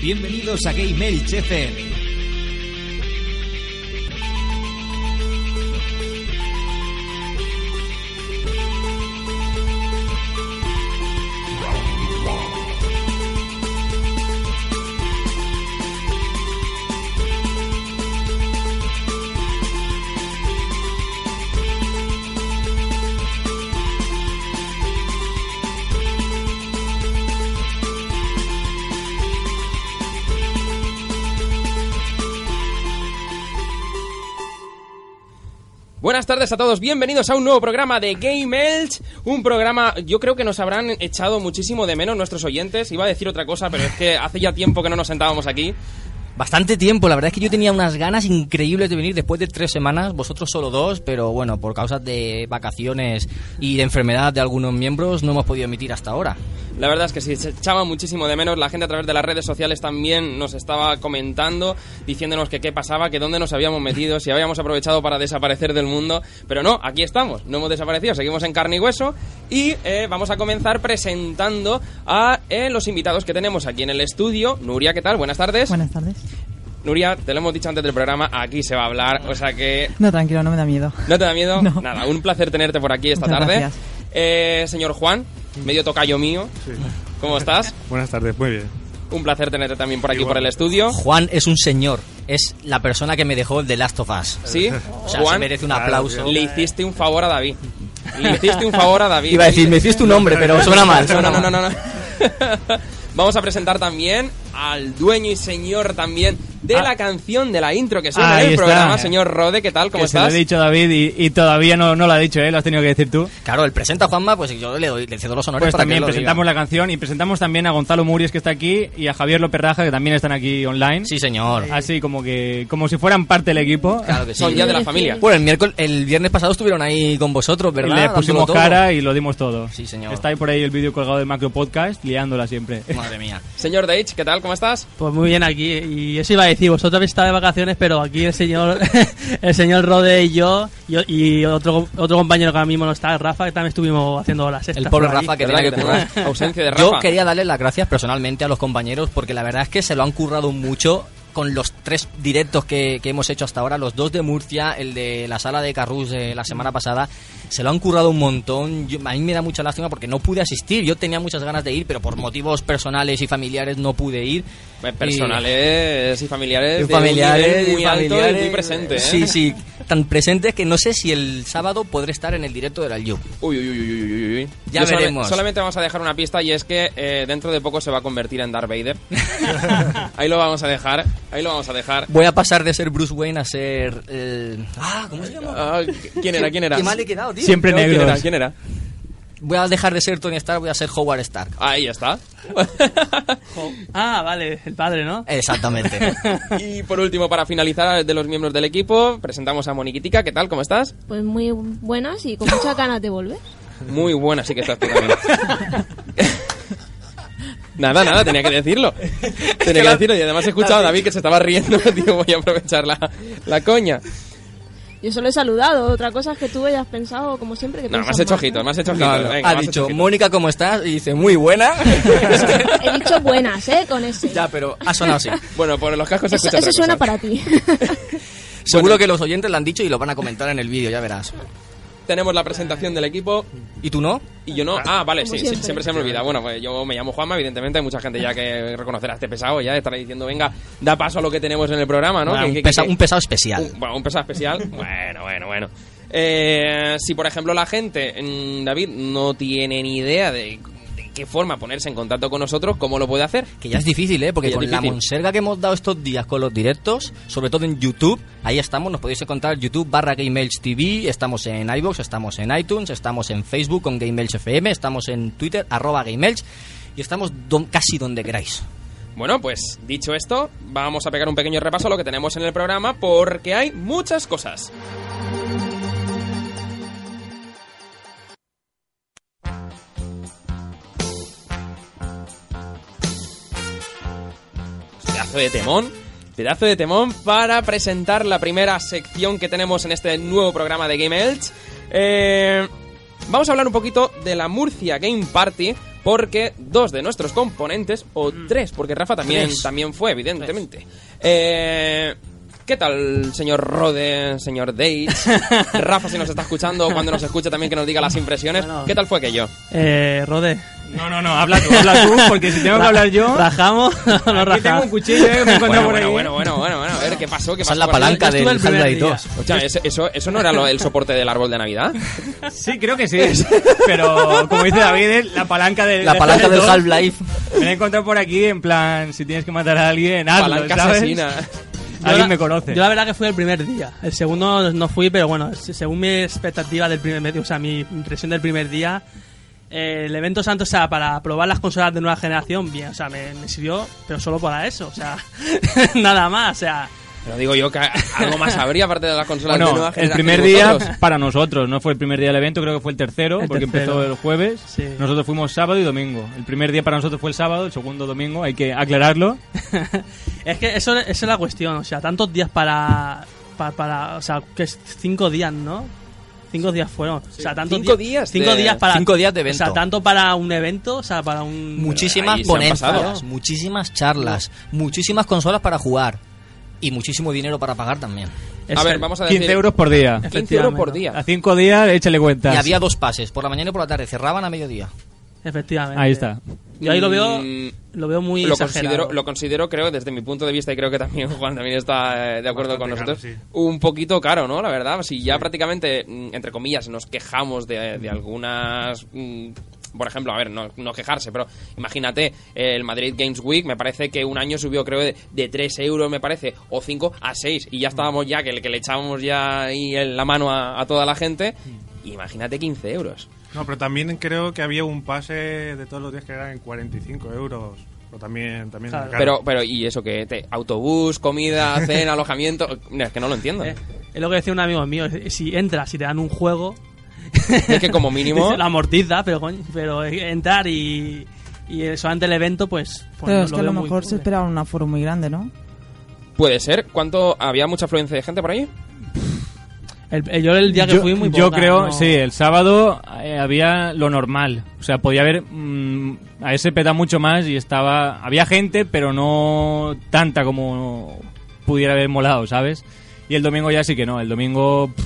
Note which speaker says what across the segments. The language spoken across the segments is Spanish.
Speaker 1: Bienvenidos a Game Elche FM.
Speaker 2: Buenas tardes a todos, bienvenidos a un nuevo programa de Game Elch, un programa, yo creo que nos habrán echado muchísimo de menos nuestros oyentes, iba a decir otra cosa, pero es que hace ya tiempo que no nos sentábamos aquí.
Speaker 3: Bastante tiempo, la verdad es que yo tenía unas ganas increíbles de venir después de tres semanas, vosotros solo dos, pero bueno, por causas de vacaciones y de enfermedad de algunos miembros no hemos podido emitir hasta ahora.
Speaker 2: La verdad es que sí, se echaba muchísimo de menos, la gente a través de las redes sociales también nos estaba comentando, diciéndonos que qué pasaba, que dónde nos habíamos metido, si habíamos aprovechado para desaparecer del mundo, pero no, aquí estamos, no hemos desaparecido, seguimos en carne y hueso y eh, vamos a comenzar presentando a eh, los invitados que tenemos aquí en el estudio. Nuria, ¿qué tal? Buenas tardes.
Speaker 4: Buenas tardes.
Speaker 2: Nuria, te lo hemos dicho antes del programa, aquí se va a hablar, o sea que...
Speaker 4: No, tranquilo, no me da miedo.
Speaker 2: ¿No te da miedo?
Speaker 4: No.
Speaker 2: Nada, un placer tenerte por aquí esta
Speaker 4: Muchas
Speaker 2: tarde.
Speaker 4: gracias.
Speaker 2: Eh, señor Juan, medio tocayo mío, ¿cómo estás?
Speaker 5: Buenas tardes, muy bien.
Speaker 2: Un placer tenerte también por aquí, por
Speaker 5: Igual.
Speaker 2: el estudio.
Speaker 3: Juan es un señor, es la persona que me dejó el de Last of Us.
Speaker 2: Sí,
Speaker 3: O sea, se
Speaker 2: Juan,
Speaker 3: merece un
Speaker 5: claro,
Speaker 3: aplauso.
Speaker 2: le hiciste un favor a David. Le hiciste un favor a David.
Speaker 3: Iba a decir, me hiciste un hombre, pero suena mal.
Speaker 2: No, no, no,
Speaker 3: suena mal.
Speaker 2: no, no. Vamos a presentar también al dueño y señor también de la canción de la intro que suena
Speaker 6: Ahí
Speaker 2: en el
Speaker 6: está.
Speaker 2: programa, señor Rode, ¿qué tal? ¿Cómo
Speaker 6: que Se
Speaker 2: estás?
Speaker 6: lo he dicho a David y, y todavía no, no lo ha dicho, ¿eh? Lo has tenido que decir tú.
Speaker 3: Claro, el presenta a Juanma, pues yo le, doy, le cedo los honores
Speaker 6: Pues
Speaker 3: para que él
Speaker 6: también
Speaker 3: lo diga.
Speaker 6: presentamos la canción y presentamos también a Gonzalo Muries que está aquí y a Javier Loperraja que también están aquí online.
Speaker 3: Sí, señor.
Speaker 6: Así como que como si fueran parte del equipo.
Speaker 3: Claro que sí.
Speaker 2: Son ya de la familia.
Speaker 3: Bueno, el miércoles, el viernes pasado estuvieron ahí con vosotros, ¿verdad?
Speaker 6: Le
Speaker 3: Dándolo
Speaker 6: pusimos
Speaker 3: todo.
Speaker 6: cara y lo dimos todo.
Speaker 3: Sí, señor.
Speaker 6: Está ahí por ahí el vídeo colgado del macro podcast, liándola siempre.
Speaker 3: Madre mía.
Speaker 2: Señor Deitch, ¿qué tal? ¿Cómo estás?
Speaker 7: Pues muy bien aquí, y eso iba a decir, vosotros habéis estado de vacaciones, pero aquí el señor el señor Rode y yo, y, y otro otro compañero que ahora mismo no está, Rafa, que también estuvimos haciendo las
Speaker 3: El pobre
Speaker 7: por ahí.
Speaker 3: Rafa que
Speaker 2: ¿Verdad
Speaker 3: tenía que
Speaker 2: que tenemos
Speaker 3: currar.
Speaker 2: ausencia de
Speaker 3: Yo
Speaker 2: Rafa?
Speaker 3: quería darle las gracias personalmente a los compañeros porque la verdad es que se lo han currado mucho con los tres directos que, que hemos hecho hasta ahora, los dos de Murcia, el de la sala de Carrús de la semana pasada, se lo han currado un montón. Yo- a mí me da mucha lástima porque no pude asistir, yo tenía muchas ganas de ir, pero por motivos personales y familiares no pude ir.
Speaker 2: Eh, Personales y familiares.
Speaker 3: Y
Speaker 2: de un nivel
Speaker 3: familiares, y
Speaker 2: muy alto y
Speaker 3: familiares.
Speaker 2: muy presente, ¿eh?
Speaker 3: Sí, sí, tan presentes que no sé si el sábado podré estar en el directo del Aljub.
Speaker 2: Uy, uy, uy, uy, uy, uy, uy.
Speaker 3: Ya
Speaker 2: Yo solamente-
Speaker 3: veremos.
Speaker 2: Solamente vamos a dejar una pista y es que eh, dentro de poco se va a convertir en Darth Vader. ahí lo vamos a dejar, ahí lo vamos a dejar.
Speaker 3: Voy a pasar de ser Bruce Wayne a ser... el- Ah, ¿cómo se llama?
Speaker 2: Ah, ¿Quién era? ¿Quién era?
Speaker 3: Qué mal he quedado, tío.
Speaker 6: Siempre
Speaker 2: No,
Speaker 6: negros.
Speaker 2: ¿Quién era? ¿Quién era?
Speaker 3: Voy a dejar de ser Tony Stark, voy a ser Howard Stark.
Speaker 2: Ahí está.
Speaker 7: Ah, vale, el padre, ¿no?
Speaker 3: Exactamente.
Speaker 6: Eh.
Speaker 2: y por último, para finalizar, de los miembros del equipo, presentamos a Moniquitica. ¿Qué tal? ¿Cómo estás?
Speaker 8: Pues muy buenas y con muchas ganas de volver.
Speaker 2: Muy buena, sí que estás tú también. Nada, nada, tenía que decirlo. Tenía que decirlo y además he escuchado a David que se estaba riendo, digo, voy a aprovechar la, la coña.
Speaker 8: Yo solo he saludado, otra cosa es que tú hayas pensado, como siempre, que
Speaker 2: No, me
Speaker 8: piensas
Speaker 2: has hecho
Speaker 8: mal.
Speaker 2: ojitos, me has hecho
Speaker 3: No,
Speaker 2: ojitos.
Speaker 3: no.
Speaker 2: venga,
Speaker 3: ha
Speaker 2: me has hecho
Speaker 3: dicho,
Speaker 2: ojitos.
Speaker 3: Mónica, ¿cómo estás? Y dice, muy buena.
Speaker 8: He dicho buenas, ¿eh? Con ese.
Speaker 3: ya, pero ha sonado así.
Speaker 2: Bueno, por los cascos se
Speaker 8: eso
Speaker 2: pues escucha
Speaker 8: eso
Speaker 2: otra
Speaker 8: suena
Speaker 2: cosa.
Speaker 8: para ti.
Speaker 3: Seguro que los oyentes lo han dicho y lo van a comentar en el vídeo, ya verás.
Speaker 2: Tenemos la presentación del equipo
Speaker 3: ¿Y tú no?
Speaker 2: y yo no. Ah, vale,
Speaker 8: Como
Speaker 2: sí, sí, siempre.
Speaker 8: siempre.
Speaker 2: se me olvida. Bueno, pues yo me llamo Juanma, evidentemente. Hay mucha gente ya que reconocerá este pesado, ya estará diciendo, venga, da paso a lo que tenemos en el programa, ¿no?
Speaker 3: Bueno,
Speaker 2: Que-
Speaker 3: un,
Speaker 2: que-
Speaker 3: pesa-
Speaker 2: que-
Speaker 3: un pesado especial.
Speaker 2: Un, bueno, un pesado especial. bueno, bueno, bueno. Eh, si, por ejemplo, la gente, mm, David, no tiene ni idea de, de qué forma ponerse en contacto con nosotros, ¿cómo lo puede hacer?
Speaker 3: Que ya es difícil, ¿eh? Porque
Speaker 2: Que ya
Speaker 3: con
Speaker 2: es
Speaker 3: la
Speaker 2: difícil.
Speaker 3: monserga que hemos dado estos días con los directos, sobre todo en YouTube, ahí estamos, nos podéis encontrar YouTube barra GameMailsTV, TV, estamos en iBox, estamos en iTunes, estamos en Facebook con GameMailsFM, FM, estamos en Twitter, arroba GameMails, y estamos don- casi donde queráis.
Speaker 2: Bueno, pues dicho esto, vamos a pegar un pequeño repaso a lo que tenemos en el programa porque hay muchas cosas. Pedazo de temón. Pedazo de temón para presentar la primera sección que tenemos en este nuevo programa de Game Elch. Eh, vamos a hablar un poquito de la Murcia Game Party, porque dos de nuestros componentes, o
Speaker 6: Mm.
Speaker 2: tres, porque Rafa también,
Speaker 3: Tres.
Speaker 2: también fue, evidentemente. Eh, ¿Qué tal, señor Rode, señor Dates? Rafa, si nos está escuchando, o cuando nos escuche también que nos diga las impresiones.
Speaker 7: Bueno.
Speaker 2: ¿Qué tal fue aquello?
Speaker 7: Eh, Rode.
Speaker 6: No, no, no, habla tú, habla tú, porque si tengo que hablar yo.
Speaker 7: ¿Rajamos o no
Speaker 6: Aquí tengo
Speaker 7: rajamos?
Speaker 6: un cuchillo eh, que me he
Speaker 2: Bueno,
Speaker 6: encontrado por ahí.
Speaker 2: bueno, bueno, bueno, bueno, bueno, a ver qué pasó, qué
Speaker 3: Esa
Speaker 2: pasó.
Speaker 3: es la
Speaker 2: por ahí?
Speaker 3: palanca
Speaker 7: yo estuve
Speaker 3: del
Speaker 7: el primer
Speaker 3: Half-Life
Speaker 7: día.
Speaker 3: 2.
Speaker 2: O sea, ¿eso, eso, eso no era lo- el soporte del árbol de Navidad?
Speaker 6: Sí, creo que sí. Pero como dice David, es la palanca del.
Speaker 3: La palanca del
Speaker 6: Half-Life
Speaker 3: Half-Life.
Speaker 6: Me la he encontrado por aquí, en plan, si tienes que matar a alguien, hazlo,
Speaker 2: palanca
Speaker 6: Ah, ¿sabes?
Speaker 2: asesina.
Speaker 7: Yo
Speaker 6: Alguien
Speaker 7: la-
Speaker 6: me conoce.
Speaker 7: Yo la verdad que fui el primer día. El segundo no- no fui, pero bueno, se- según mi expectativa del primer medio, o sea, mi impresión del primer día, eh, el evento santo, o sea, para probar las consolas de nueva generación, bien, o sea, me, me sirvió, pero solo para eso, o sea, nada más, o sea,
Speaker 2: Pero digo yo que algo más habría aparte de las consolas de
Speaker 6: Bueno,
Speaker 2: nueva
Speaker 6: el
Speaker 2: generación
Speaker 6: primer
Speaker 2: que
Speaker 6: día
Speaker 2: vosotros.
Speaker 6: para nosotros, no fue el primer día del evento, creo que fue el tercero,
Speaker 7: El
Speaker 6: porque
Speaker 7: tercero.
Speaker 6: empezó el jueves.
Speaker 7: Sí.
Speaker 6: Nosotros fuimos sábado y domingo. El primer día para nosotros fue el sábado, el segundo domingo, hay que aclararlo.
Speaker 7: es que eso, esa es la cuestión, o sea, tantos días para, para, para- o sea, que es cinco días, ¿no? Cinco días fueron, o sea, tantos
Speaker 2: Cinco días
Speaker 7: cinco
Speaker 2: de-
Speaker 7: días para,
Speaker 3: cinco días de evento.
Speaker 7: o sea, tanto para un evento, o sea, para un,
Speaker 3: Muchísimas
Speaker 2: ahí se han
Speaker 3: ponencias,
Speaker 2: pasado.
Speaker 3: muchísimas charlas, muchísimas consolas para jugar y muchísimo dinero para pagar también.
Speaker 2: A
Speaker 7: es-
Speaker 2: ver, vamos a decir...
Speaker 6: 15 euros por día.
Speaker 2: 15 euros por
Speaker 7: Efectivamente,
Speaker 2: día.
Speaker 6: A 5 días, échale cuentas.
Speaker 3: Y había dos pases, por la mañana y por la tarde, cerraban a mediodía.
Speaker 7: efectivamente.
Speaker 6: Ahí está.
Speaker 7: Yo ahí lo veo,
Speaker 2: Mm,
Speaker 7: lo veo muy
Speaker 2: lo
Speaker 7: exagerado. Eh,
Speaker 2: considero, lo considero, creo, desde mi punto de vista, y creo que también Juan también está eh, de acuerdo con
Speaker 4: Bastante
Speaker 2: nosotros,
Speaker 4: caro, sí.
Speaker 2: un poquito caro, ¿no? La verdad, si ya prácticamente, mm, entre comillas, nos quejamos de, de algunas... mm, por ejemplo, a ver, no, no quejarse, pero imagínate eh, el Madrid Games Week, me parece que un año subió creo de, de 3 euros, me parece, o 5 a 6, y ya estábamos ya, que, le- que le echábamos ya ahí en la mano a, a toda la gente,
Speaker 4: Mm.
Speaker 2: imagínate 15 euros.
Speaker 4: No, pero también creo que había un pase de todos los días que eran 45 euros. Pero también, también
Speaker 7: Claro.
Speaker 4: era caro.
Speaker 2: Pero, pero, ¿y eso que te- Autobús, comida, cena, alojamiento. Es que no lo entiendo.
Speaker 7: Eh, es lo que decía un amigo mío, eh, si entras y te dan un juego,
Speaker 2: Es que como mínimo.
Speaker 7: dice, la amortiza, pero, coño, pero eh, entrar y, y eh, solamente el evento, pues... pues
Speaker 5: Pero
Speaker 7: no
Speaker 5: es que a
Speaker 7: veo
Speaker 5: lo
Speaker 7: muy
Speaker 5: mejor se
Speaker 7: pobre.
Speaker 5: esperaba un aforo muy grande, ¿no?
Speaker 2: Puede ser. ¿Cuánto había mucha afluencia de gente por ahí?
Speaker 7: El, el- yo el día que
Speaker 6: yo,
Speaker 7: fui muy
Speaker 6: yo
Speaker 7: poca,
Speaker 6: creo,
Speaker 7: no-
Speaker 6: sí, el sábado eh, había lo normal. O sea, podía haber. mm, a ese peta mucho más y estaba. Había gente, pero no tanta como pudiera haber molado, ¿sabes? Y el domingo ya sí que no. El domingo pff,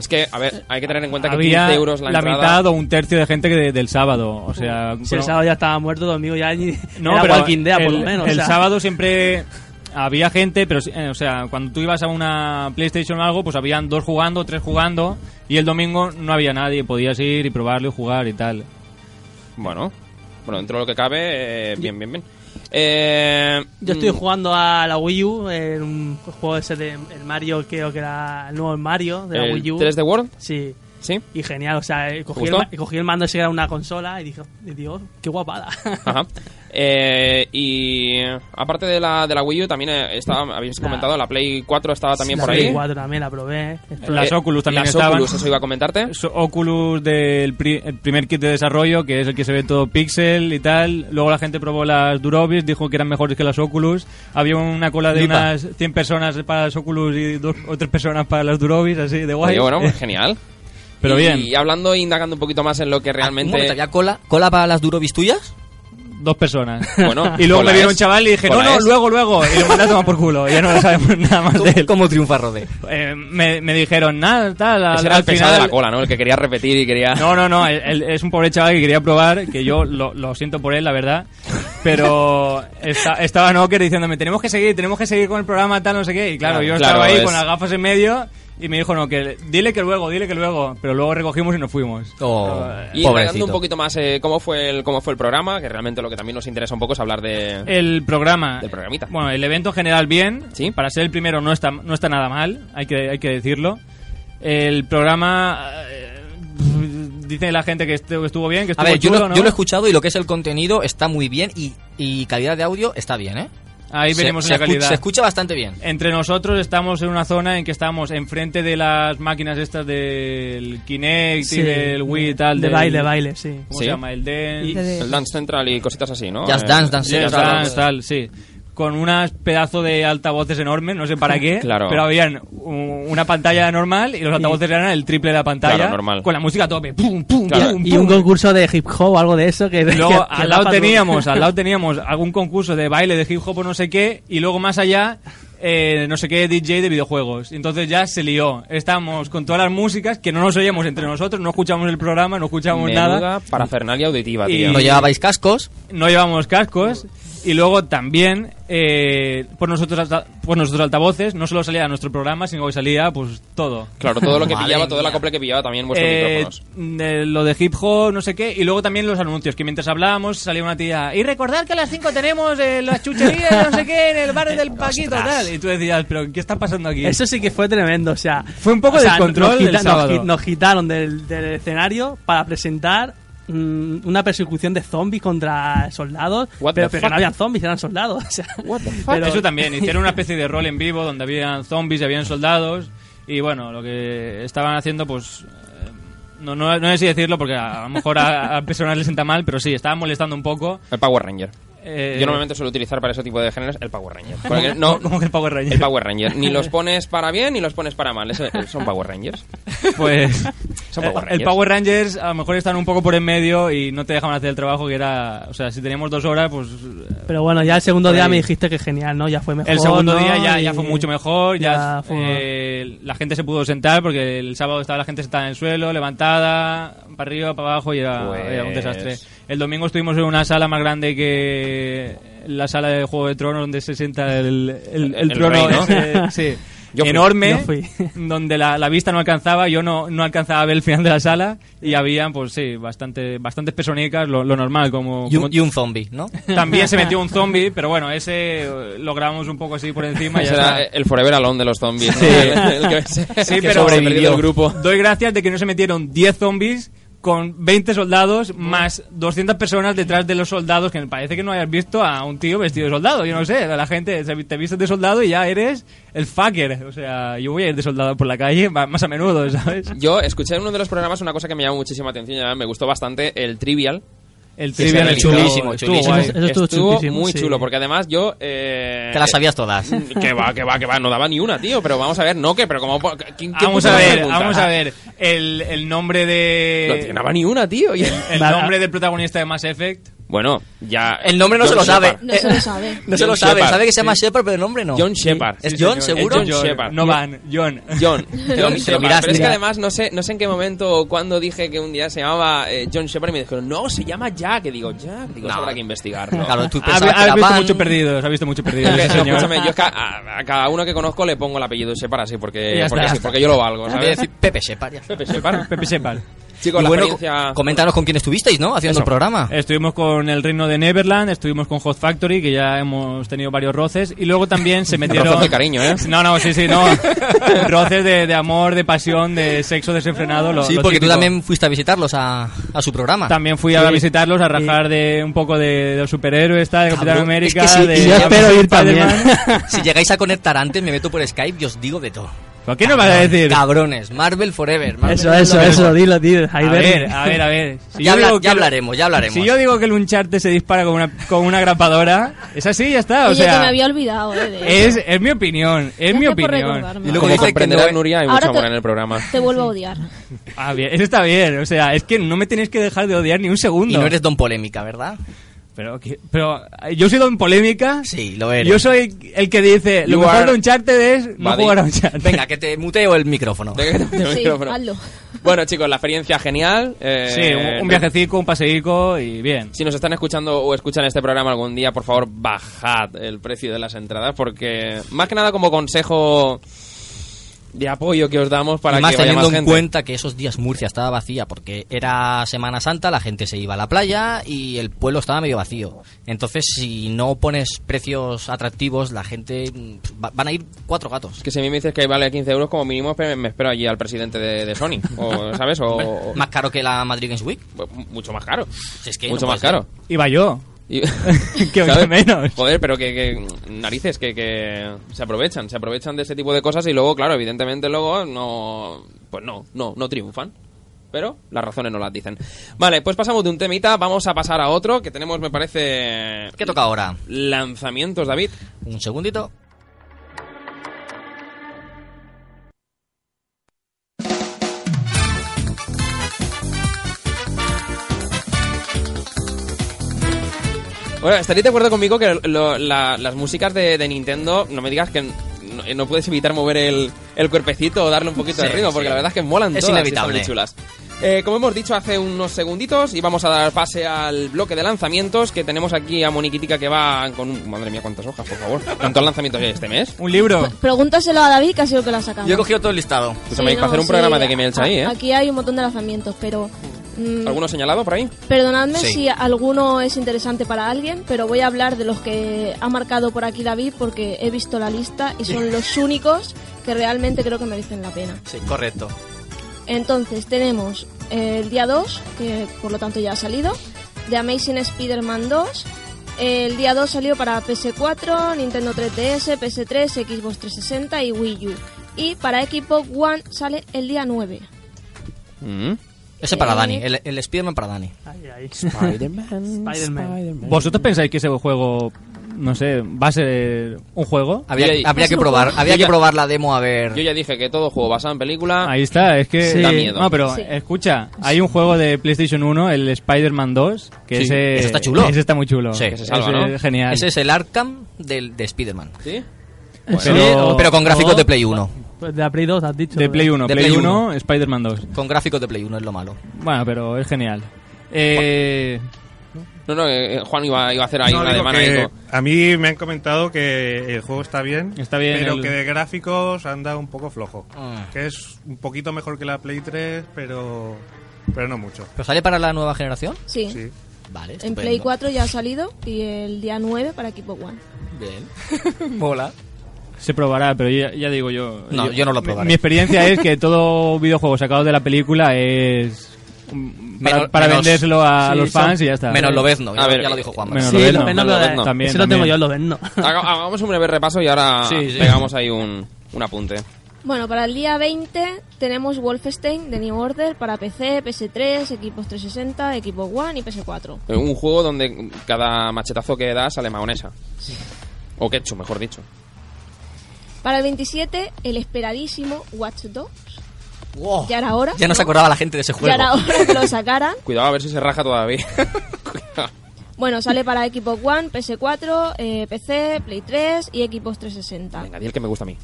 Speaker 2: Es que, a ver, hay que tener en cuenta que
Speaker 6: había
Speaker 2: 15 euros la,
Speaker 6: la
Speaker 2: entrada.
Speaker 6: mitad o un tercio de gente que de- del sábado. O sea,
Speaker 7: Si
Speaker 6: bueno,
Speaker 7: el sábado ya estaba muerto, domingo ya ni,
Speaker 6: eh, ah, No,
Speaker 7: era
Speaker 6: pero
Speaker 7: Walking Dead, por lo
Speaker 6: el-
Speaker 7: menos. o
Speaker 6: El
Speaker 7: sea.
Speaker 6: sábado siempre había gente, pero sí, eh, o sea, cuando tú ibas a una PlayStation o algo, pues habían dos jugando, tres jugando, y el domingo no había nadie, podías ir y probarlo y jugar y tal.
Speaker 2: Bueno, bueno, dentro de lo que cabe, eh, bien, bien, bien. Eh,
Speaker 7: Yo estoy
Speaker 2: mm,
Speaker 7: jugando a la Wii U, en un juego ese de el Mario, creo que era el nuevo Mario de la
Speaker 2: el
Speaker 7: Wii U.
Speaker 2: 3D World,
Speaker 7: Sí.
Speaker 2: ¿sí?
Speaker 7: Y genial, o sea, eh, cogí el,
Speaker 2: gustó?
Speaker 7: ma- cogí el mando ese que era una consola y dije, Dios, qué guapada.
Speaker 2: Ajá. Eh, y eh, aparte de la, de la Wii U, también eh, estaba, habéis
Speaker 7: La-
Speaker 2: comentado, la Play 4 estaba también
Speaker 7: La
Speaker 2: por
Speaker 7: Play
Speaker 2: ahí. Eh,
Speaker 7: 4 también la probé.
Speaker 6: Las Oculus también
Speaker 2: las
Speaker 6: estaban.
Speaker 2: Oculus, eso iba a comentarte.
Speaker 6: So- Oculus del pri- el primer kit de desarrollo, que es el que se ve todo pixel y tal. Luego la gente probó las Durobis, dijo que eran mejores que las Oculus. Había una cola de
Speaker 3: Flipa.
Speaker 6: unas 100 personas para las Oculus y dos o tres personas para las Durobis, así de guay.
Speaker 2: Oye, bueno, pues genial.
Speaker 6: Pero
Speaker 2: Y-
Speaker 6: bien.
Speaker 2: Y hablando e indagando un poquito más en lo que
Speaker 3: Ah, un momento,
Speaker 2: realmente.
Speaker 3: ¿había cola? ¿Cola para las Durovis tuyas?
Speaker 6: dos personas.
Speaker 2: Bueno,
Speaker 6: y luego
Speaker 2: cola
Speaker 6: me vieron
Speaker 2: es,
Speaker 6: un chaval y dije, no,
Speaker 2: cola
Speaker 6: no,
Speaker 2: es.
Speaker 6: luego, luego. Y lo mandé a tomar por culo. Ya no lo sabemos nada más de
Speaker 3: ¿Cómo,
Speaker 6: él.
Speaker 3: cómo triunfa Rode?
Speaker 6: Eh, me, me dijeron, nada, tal. al-
Speaker 2: Ese era
Speaker 6: al
Speaker 2: el pesado de
Speaker 6: final-
Speaker 2: la cola, ¿no? El que quería repetir y quería.
Speaker 6: No, no, no. él- él es un pobre chaval que quería probar, que yo lo, lo siento por él, la verdad. Pero esta- estaba Nocker diciéndome, tenemos que seguir, tenemos que seguir con el programa, tal, no sé qué. Y claro,
Speaker 2: Claro,
Speaker 6: yo
Speaker 2: claro,
Speaker 6: estaba ahí
Speaker 2: es-
Speaker 6: con las gafas en medio y me dijo Nocker, dile que luego, dile que luego. Pero luego recogimos y nos fuimos.
Speaker 3: Oh,
Speaker 2: Y hablando
Speaker 3: pobrecito.
Speaker 2: un poquito más eh, cómo fue el cómo fue el programa, que realmente lo que también nos interesa un poco es hablar de
Speaker 6: El programa.
Speaker 2: Del programita.
Speaker 6: Bueno, el evento en general bien.
Speaker 2: Sí.
Speaker 6: Para ser el primero no está, no está nada mal, hay que, hay que decirlo. El programa... eh, dice la gente que estu- que estuvo bien, que
Speaker 3: A
Speaker 6: estuvo
Speaker 3: ver, yo
Speaker 6: chulo,
Speaker 3: lo,
Speaker 6: ¿no?
Speaker 3: yo lo he escuchado y lo que es el contenido está muy bien y, y calidad de audio está bien, ¿eh?
Speaker 6: Ahí
Speaker 3: Se-
Speaker 6: veremos
Speaker 3: se,
Speaker 6: la
Speaker 3: escu-
Speaker 6: calidad.
Speaker 3: se escucha bastante bien.
Speaker 2: Eh,
Speaker 6: Entre nosotros estamos en una zona en que estamos enfrente de las máquinas estas del Kinect
Speaker 7: Sí,
Speaker 6: y del Wii y tal.
Speaker 7: De
Speaker 6: del-
Speaker 7: baile, baile, sí.
Speaker 6: ¿Cómo
Speaker 2: Sí.
Speaker 6: se llama? El Dance.
Speaker 7: Y-
Speaker 5: De-
Speaker 2: el Dance Central y cositas así, ¿no?
Speaker 3: Just
Speaker 2: Eh,
Speaker 3: Dance, Dance
Speaker 6: Just
Speaker 3: Central.
Speaker 6: Dance, tal, sí. con unas pedazos de altavoces enormes, no sé para qué,
Speaker 2: Claro.
Speaker 6: pero habían u- una pantalla normal y los altavoces eran el triple de la pantalla,
Speaker 2: Claro, normal.
Speaker 6: con la música a tope, pum, pum,
Speaker 2: Claro.
Speaker 6: pum,
Speaker 7: Y un
Speaker 6: pum.
Speaker 7: concurso de hip hop o algo de eso que...
Speaker 6: Y luego
Speaker 7: que- que
Speaker 6: al lado
Speaker 7: tapas-
Speaker 6: teníamos, al lado teníamos algún concurso de baile de hip hop o no sé qué, y luego más allá eh, no sé qué DJ de videojuegos. Y Entonces ya se lió. Estábamos con todas las músicas que no nos oíamos entre nosotros, no escuchamos el programa, no escuchamos nada,
Speaker 2: Menuda parafernalia auditiva,
Speaker 6: Y-
Speaker 2: tío.
Speaker 3: No llevabais cascos,
Speaker 6: no llevamos cascos. Y luego también, eh, por nosotros alta- por nuestros altavoces, no solo salía nuestro programa, sino que salía pues todo.
Speaker 2: Claro, todo lo que
Speaker 3: Madre
Speaker 2: pillaba, todo el
Speaker 3: mía.
Speaker 2: acople que pillaba también vuestros
Speaker 6: Eh,
Speaker 2: micrófonos.
Speaker 6: de lo de hip hop, no sé qué, y luego también los anuncios, que mientras hablábamos salía una tía, y recordad que a las 5 tenemos eh, las chucherías, no sé qué, en el bar del Eh, Paquito, tal. Y tú decías, pero ¿qué está pasando aquí?
Speaker 7: Eso sí que fue tremendo, o sea...
Speaker 6: Fue un poco
Speaker 7: o sea,
Speaker 6: descontrol
Speaker 7: nos
Speaker 6: el
Speaker 7: nos
Speaker 6: sábado.
Speaker 7: gi- Nos quitaron del, del escenario para presentar mm, una persecución de zombies contra soldados.
Speaker 2: What
Speaker 7: pero
Speaker 2: the
Speaker 7: pero que
Speaker 2: fuck?
Speaker 7: no habían zombies, eran soldados. o sea, pero-
Speaker 6: Eso también, hicieron una especie de rol en vivo donde habían zombies y habían soldados, y bueno, lo que estaban haciendo, pues... eh, No, no, no sé si decirlo porque a, a lo mejor a- al personal le sienta mal, pero sí, estaban molestando un poco.
Speaker 2: El Power Ranger.
Speaker 6: eh,
Speaker 2: Yo normalmente suelo utilizar para ese tipo de géneros el Power Ranger. Porque no,
Speaker 6: como que el Power Ranger.
Speaker 2: el Power Ranger. Ni los pones para bien ni los pones para mal. Ese- eh, son Power Rangers.
Speaker 6: Pues
Speaker 2: Son
Speaker 6: eh,
Speaker 2: Power Rangers.
Speaker 6: el Power Rangers a lo mejor están un poco por en medio y no te dejaban hacer el trabajo que era, o sea, si teníamos dos horas, pues eh,
Speaker 7: Pero bueno, ya el segundo día
Speaker 6: Ahí.
Speaker 7: me dijiste que genial, ¿no? Ya fue mejor.
Speaker 6: el segundo
Speaker 7: ¿no?
Speaker 6: día ya,
Speaker 7: Y-
Speaker 6: ya fue mucho mejor, ya,
Speaker 7: ya fue-
Speaker 6: eh, la gente se pudo sentar porque el sábado estaba la gente sentada en el suelo, levantada, para arriba, para abajo y era,
Speaker 2: Pues-
Speaker 6: era un desastre. El domingo estuvimos en una sala más grande que la sala de Juego de Tronos donde se sienta el, el- el
Speaker 2: El
Speaker 6: trono
Speaker 2: rey, ¿no?
Speaker 6: ese, sí,
Speaker 2: Yo fui.
Speaker 6: enorme.
Speaker 7: Yo fui.
Speaker 6: donde la, la vista no alcanzaba, yo no, no alcanzaba a ver el final de la sala y había, pues sí, bastante, bastantes personicas, lo, lo normal, como...
Speaker 3: y
Speaker 6: como-
Speaker 3: un, y un zombie, ¿no?
Speaker 2: Eh,
Speaker 6: También se metió un zombie, pero bueno, ese eh, lo grabamos un poco así por encima y ya
Speaker 2: Será
Speaker 6: está.
Speaker 2: el Forever Alone de los zombies. ¿no?
Speaker 6: Sí.
Speaker 2: El, el que se-
Speaker 6: Sí,
Speaker 2: el que
Speaker 6: pero
Speaker 2: sobrevivió el grupo.
Speaker 6: Doy gracias de que no se metieron 10 zombies con 20 soldados más 200 personas detrás de los soldados, que me parece que no hayas visto a un tío vestido de soldado, yo no sé, la gente se- te vistes de soldado y ya eres el fucker, o sea, yo voy a ir de soldado por la calle ma- más a menudo, ¿sabes?
Speaker 2: Yo escuché en uno de los programas una cosa que me llamó muchísima atención y además me gustó bastante, el Trivial.
Speaker 6: El
Speaker 2: que se
Speaker 6: trivial
Speaker 2: realizó.
Speaker 3: chulísimo,
Speaker 6: estuvo
Speaker 3: chulísimo.
Speaker 6: guay.
Speaker 7: Eso estuvo chulísimo,
Speaker 2: muy
Speaker 7: sí.
Speaker 2: chulo, porque además yo... Eh, mm,
Speaker 3: Te las sabías todas.
Speaker 2: Que va, que va, que va, no daba ni una, tío, pero vamos a ver, no, que, pero como... ¿quién- quién
Speaker 6: Vamos
Speaker 2: puso
Speaker 6: a
Speaker 2: la
Speaker 6: ver,
Speaker 2: pregunta? Ah,
Speaker 6: vamos a ver, el, el nombre
Speaker 2: No
Speaker 6: de...
Speaker 2: tío, no daba ni una, tío. y-
Speaker 6: El nombre del protagonista de Mass Effect.
Speaker 2: Bueno, ya...
Speaker 3: El nombre no
Speaker 2: John
Speaker 3: se lo
Speaker 2: Shepard.
Speaker 3: sabe.
Speaker 8: No se lo sabe.
Speaker 3: No se
Speaker 2: John
Speaker 3: lo sabe,
Speaker 2: Shepard.
Speaker 3: sabe que se llama Shepard, pero el nombre no.
Speaker 2: John Shepard.
Speaker 3: ¿Es
Speaker 2: Sí,
Speaker 3: John,
Speaker 2: señor.
Speaker 3: seguro?
Speaker 2: Es John Shepard.
Speaker 6: No van, John.
Speaker 2: John, John
Speaker 3: Te lo
Speaker 2: Shepard.
Speaker 3: miras,
Speaker 2: Pero es que
Speaker 3: mira.
Speaker 2: además no sé, no sé en qué momento o cuándo dije que un día se llamaba eh, John Shepard y me dijeron, no, se llama Jack. Y digo, Jack, digo,
Speaker 3: No.
Speaker 2: eso habrá que investigarlo.
Speaker 3: Claro, tú
Speaker 6: Ha,
Speaker 3: pensabas que
Speaker 6: ha
Speaker 3: era
Speaker 6: visto
Speaker 3: Van.
Speaker 6: mucho perdidos, ha visto mucho perdidos.
Speaker 2: Porque,
Speaker 6: ese
Speaker 2: no,
Speaker 6: señor.
Speaker 2: escúchame, yo es que a, a cada uno que conozco le pongo el apellido Shepard así porque,
Speaker 6: Ya está,
Speaker 2: porque,
Speaker 6: ya
Speaker 2: sí,
Speaker 6: está.
Speaker 2: porque yo lo valgo,
Speaker 3: Voy a
Speaker 2: ¿sabes?
Speaker 3: decir Pepe Shepard. ya.
Speaker 2: Pepe Shepard.
Speaker 6: Pepe Sepal.
Speaker 2: Chicos,
Speaker 3: Y
Speaker 2: la
Speaker 3: bueno,
Speaker 2: experiencia...
Speaker 3: co- coméntanos con quién estuvisteis, ¿no? Haciendo
Speaker 2: Eso.
Speaker 3: el programa.
Speaker 6: Estuvimos con el reino de Neverland, estuvimos con Hot Factory, que ya hemos tenido varios roces, y luego también se metieron...
Speaker 2: Roces de cariño, ¿eh?
Speaker 6: No, no, sí, sí, no. roces de, de amor, de pasión, de sexo desenfrenado, lo-
Speaker 3: sí,
Speaker 6: lo
Speaker 3: porque tú
Speaker 6: típico.
Speaker 3: también fuiste a visitarlos a, a su programa.
Speaker 6: También fui a
Speaker 7: Sí.
Speaker 6: visitarlos, a rajar de un poco de, de superhéroes, tal, de Capitán
Speaker 3: Cabrón, es que
Speaker 6: América,
Speaker 3: sí,
Speaker 2: Eh,
Speaker 6: de...
Speaker 3: y yo espero
Speaker 7: ir también.
Speaker 6: Spider-Man.
Speaker 3: Si llegáis a conectar antes, me meto por Skype y os digo de todo.
Speaker 6: ¿Pero ¿Qué nos vas a decir?
Speaker 3: Cabrones, Marvel Forever. Marvel
Speaker 7: Eso, eso,
Speaker 3: Forever.
Speaker 7: eso, dilo, dilo. Ahí
Speaker 6: a
Speaker 7: ven.
Speaker 6: ver, a ver, a ver. Si
Speaker 3: ya,
Speaker 6: yo
Speaker 3: habla- ya
Speaker 6: digo que lo-
Speaker 3: hablaremos, ya hablaremos.
Speaker 6: Si yo digo que el Uncharted se dispara con una, con una grapadora, es así, ya está. O
Speaker 8: Oye, que me
Speaker 6: sea,
Speaker 8: había olvidado, eh. de-
Speaker 6: es, es mi opinión, es mi
Speaker 8: Gracias por
Speaker 6: opinión.
Speaker 8: recordarme.
Speaker 3: Y luego
Speaker 2: Como
Speaker 3: dice que
Speaker 2: comprenderás,
Speaker 3: no es-
Speaker 2: Nuria, hay
Speaker 8: Ahora
Speaker 2: mucho
Speaker 8: te-
Speaker 2: amor en el programa.
Speaker 8: Te vuelvo a odiar.
Speaker 6: Ah, bien, eso está bien. O sea, es que no me tenéis que dejar de odiar ni un
Speaker 3: Y
Speaker 6: segundo.
Speaker 3: no eres don polémica, ¿verdad?
Speaker 6: pero, que- pero eh, yo he sido en polémica.
Speaker 3: Sí, lo eres.
Speaker 6: Yo soy el que dice, lo
Speaker 2: You
Speaker 6: mejor
Speaker 2: are-
Speaker 6: de Uncharted es no
Speaker 2: Buddy.
Speaker 6: jugar a Uncharted.
Speaker 3: Venga, que te muteo el micrófono.
Speaker 2: De-
Speaker 8: Sí,
Speaker 2: micrófono.
Speaker 8: hazlo.
Speaker 2: Bueno, chicos, la experiencia genial. eh,
Speaker 6: Sí, un, un viajecico, un paseico y bien.
Speaker 2: Si nos están escuchando o escuchan este programa algún día, por favor, bajad el precio de las entradas porque más que nada como consejo de apoyo que os damos para
Speaker 3: y más
Speaker 2: que vaya
Speaker 3: teniendo
Speaker 2: más
Speaker 3: en
Speaker 2: gente.
Speaker 3: cuenta que esos días Murcia estaba vacía porque era Semana Santa, la gente se iba a la playa y el pueblo estaba medio vacío. Entonces, si no pones precios atractivos, la gente mm, va- van a ir cuatro gatos.
Speaker 2: Es que si a mí me dices que vale 15 euros como mínimo, pe- me espero allí al presidente de, de Sony, o, ¿sabes? O, o-
Speaker 3: Más caro que la Madrid Games Week.
Speaker 2: pues, mucho más caro.
Speaker 3: Si es que
Speaker 2: mucho
Speaker 3: no
Speaker 2: más
Speaker 3: puede
Speaker 2: caro.
Speaker 6: Iba yo.
Speaker 2: Y-
Speaker 6: Que
Speaker 2: ¿sabes?
Speaker 6: menos.
Speaker 2: Joder, pero que, que narices, que, que se aprovechan, se aprovechan de ese tipo de cosas y luego, claro, evidentemente luego no, pues no, no, no triunfan. Pero las razones no las dicen. Vale, pues pasamos de un temita, vamos a pasar a otro que tenemos, me parece.
Speaker 3: ¿Qué toca ahora?
Speaker 2: Lanzamientos, David.
Speaker 3: Un segundito.
Speaker 2: Bueno, estaréis de acuerdo conmigo que lo- la- las músicas de, de Nintendo, no me digas que no, no puedes evitar mover el, el cuerpecito o darle un poquito de
Speaker 3: Sí,
Speaker 2: ritmo,
Speaker 3: sí.
Speaker 2: porque la verdad es que molan
Speaker 3: Es
Speaker 2: todas y están
Speaker 3: inevitable.
Speaker 2: muy chulas. Eh, como hemos dicho hace unos segunditos, y vamos a dar pase al bloque de lanzamientos, que tenemos aquí a Moniquitica que va con... un- Madre mía, cuántas hojas, por favor. ¿Cuántos lanzamientos hay este mes?
Speaker 6: Un libro.
Speaker 8: Pues- Pregúntaselo a David que ha sido el que lo ha sacado.
Speaker 3: Yo he cogido todo el listado.
Speaker 2: Pues me hay que
Speaker 8: no,
Speaker 2: hacer un
Speaker 8: sí,
Speaker 2: programa de
Speaker 8: a-
Speaker 2: Game Elch ahí, ¿eh?
Speaker 8: Aquí hay un montón de lanzamientos, pero... mm,
Speaker 2: ¿Alguno señalado por ahí?
Speaker 8: Perdonadme
Speaker 3: Sí.
Speaker 8: si alguno es interesante para alguien, pero voy a hablar de los que ha marcado por aquí David porque he visto la lista y son los únicos que realmente creo que merecen la pena.
Speaker 3: Sí, correcto.
Speaker 8: Entonces tenemos eh, el día 2, que por lo tanto ya ha salido, de Amazing Spider-Man 2. El día 2 salió para PS4, Nintendo 3DS, PS3, Xbox 360 y Wii U. Y para Xbox One sale el día 9.
Speaker 2: Mm.
Speaker 3: Ese para
Speaker 8: Eh.
Speaker 3: Dani, el, el Spiderman para Dani.
Speaker 7: Ahí, ahí.
Speaker 5: Spider-Man.
Speaker 7: Spider-Man.
Speaker 6: ¿Vosotros pensáis que ese juego, no sé, va a ser un juego?
Speaker 3: Habría,
Speaker 2: Yo ya-
Speaker 3: habría que probar, habría
Speaker 2: Yo ya-
Speaker 3: que probar la demo a ver.
Speaker 2: Yo ya dije que todo juego basado en
Speaker 3: Ah.
Speaker 2: película...
Speaker 6: Ahí está, es que
Speaker 2: Sí. Da miedo.
Speaker 6: No, pero
Speaker 8: Sí.
Speaker 6: escucha, hay un juego de PlayStation 1, el Spider-Man 2, que
Speaker 3: Sí.
Speaker 6: ese,
Speaker 3: Ese está chulo.
Speaker 6: Ese está muy chulo.
Speaker 3: Sí.
Speaker 2: Que se salva,
Speaker 6: Ese
Speaker 2: ¿no?
Speaker 6: es genial.
Speaker 3: Ese es el Arkham del, de Spiderman.
Speaker 2: ¿Sí?
Speaker 6: Pero-
Speaker 3: Pero, pero con gráficos de Play 1.
Speaker 7: Pues de la Play 2 has dicho.
Speaker 6: de
Speaker 7: ¿verdad?
Speaker 6: Play 1,
Speaker 3: De
Speaker 6: Play,
Speaker 3: Play
Speaker 6: 1,
Speaker 3: 1.
Speaker 6: Spider-Man 2.
Speaker 3: Con gráficos de Play 1 es lo malo.
Speaker 6: Bueno, pero es genial. Eh,
Speaker 2: No, no, eh, Juan iba, iba a hacer ahí
Speaker 4: No,
Speaker 2: una de
Speaker 4: digo
Speaker 2: mano ahí
Speaker 4: que
Speaker 2: con-
Speaker 4: a mí me han comentado que el juego está bien,
Speaker 6: Está bien
Speaker 4: pero
Speaker 6: el-
Speaker 4: que de gráficos anda un poco flojo.
Speaker 3: Mm.
Speaker 4: Que es un poquito mejor que la Play 3, pero, pero no mucho.
Speaker 3: ¿Pero sale para la nueva generación?
Speaker 8: Sí.
Speaker 4: Sí.
Speaker 3: Vale.
Speaker 8: En
Speaker 3: estupendo.
Speaker 8: Play 4 ya ha salido y el día 9 para Xbox One.
Speaker 3: Bien. Mola.
Speaker 6: se probará, pero ya, ya digo yo.
Speaker 3: No, yo no lo
Speaker 6: mi-
Speaker 3: probaré.
Speaker 6: Mi experiencia es que todo videojuego sacado de la película es. mm, Para,
Speaker 3: Menos-
Speaker 6: para
Speaker 3: menos-
Speaker 6: vendérselo a
Speaker 7: Sí,
Speaker 6: los
Speaker 7: son-
Speaker 6: fans y ya está. eh.
Speaker 3: Menos lo vezno,
Speaker 2: A
Speaker 3: ya,
Speaker 2: ver,
Speaker 3: ya lo dijo Juan.
Speaker 6: menos-
Speaker 7: Sí,
Speaker 6: Lobezno.
Speaker 7: lo vendo,
Speaker 2: Lobezno.
Speaker 7: eh,
Speaker 6: También,
Speaker 7: ese lo tengo
Speaker 6: también.
Speaker 7: yo, lo vendo.
Speaker 2: Haga- Hagamos un breve repaso y ahora
Speaker 6: Sí, sí.
Speaker 2: pegamos ahí un, un apunte.
Speaker 8: Bueno, para el día 20 tenemos Wolfenstein de New Order para PC, PS3, Xbox 360, Xbox One y PS4.
Speaker 2: Eh, Un juego donde cada machetazo que da sale maonesa. O ketchup, mejor dicho.
Speaker 8: Para el 27, el esperadísimo Watch Dogs.
Speaker 3: Wow.
Speaker 8: Ya era hora,
Speaker 3: Ya no se
Speaker 8: ¿no?
Speaker 3: acordaba la gente de ese
Speaker 8: Ya
Speaker 3: juego.
Speaker 8: era hora que lo sacaran.
Speaker 2: Cuidado a ver si se raja todavía. Cuidado.
Speaker 8: Bueno, sale para Xbox One, PS4, eh, PC, Play 3 y Xbox 360.
Speaker 2: Venga, di el que me gusta a mí.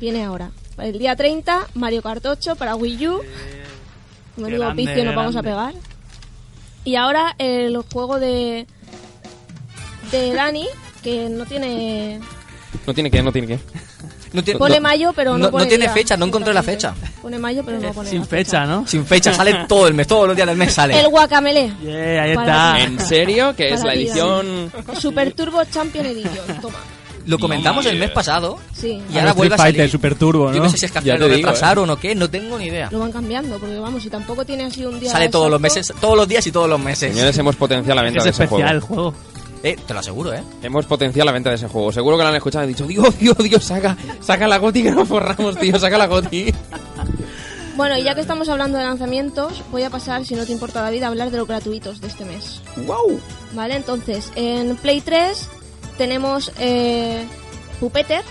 Speaker 8: Viene ahora. Para el día 30, Mario Kart 8 para Wii U. No
Speaker 7: qué
Speaker 8: digo
Speaker 7: grande,
Speaker 8: vicio, nos
Speaker 7: qué
Speaker 8: vamos a pegar.
Speaker 7: grande.
Speaker 8: Y ahora el juego de. de Dani, que no tiene.
Speaker 2: No tiene que, no tiene que.
Speaker 3: No tiene,
Speaker 8: pone
Speaker 3: no-
Speaker 8: mayo, pero no,
Speaker 3: no,
Speaker 8: pone
Speaker 3: tiene
Speaker 8: día,
Speaker 3: fecha, no encontré la fecha.
Speaker 8: exactamente. Pone mayo, pero no pone
Speaker 7: Sin
Speaker 8: la
Speaker 7: fecha, ¿no?
Speaker 3: Sin fecha, sale todo el mes, todos los días del mes sale.
Speaker 8: El Guacamele.
Speaker 7: Yeah, ahí
Speaker 8: Para-
Speaker 7: está.
Speaker 3: Ah.
Speaker 2: ¿En serio? Que es la
Speaker 8: Para ti,
Speaker 2: edición...
Speaker 8: Super Turbo Champion Edition. Toma.
Speaker 3: Lo comentamos el mes pasado
Speaker 8: Sí.
Speaker 3: y ahora
Speaker 6: Street
Speaker 3: vuelve a salir.
Speaker 6: Fighter, Super Turbo,
Speaker 3: Yo
Speaker 6: ¿no?
Speaker 3: no sé si es que al
Speaker 2: Ya
Speaker 3: final
Speaker 2: te
Speaker 3: lo
Speaker 2: digo,
Speaker 3: retrasaron o qué, no tengo ni idea.
Speaker 8: Lo van cambiando, porque vamos, si tampoco tiene así un día.
Speaker 3: Sale todos los
Speaker 8: exacto,
Speaker 3: meses, todos los días y todos los meses.
Speaker 2: Señores, hemos potenciado la venta
Speaker 7: Es
Speaker 2: de ese
Speaker 7: especial el
Speaker 2: juego.
Speaker 7: juego.
Speaker 3: Eh, te lo aseguro, ¿eh?
Speaker 2: Hemos potenciado la venta de ese juego. Seguro que lo han escuchado y han dicho, Dios, Dios, Dios, saca, saca la goti que nos forramos, tío, saca la goti.
Speaker 8: Bueno, y ya que estamos hablando de lanzamientos, voy a pasar, si no te importa David, a hablar de los gratuitos de este mes.
Speaker 2: ¡Wow!
Speaker 8: Vale, entonces, en Play 3 tenemos eh, Pupeter,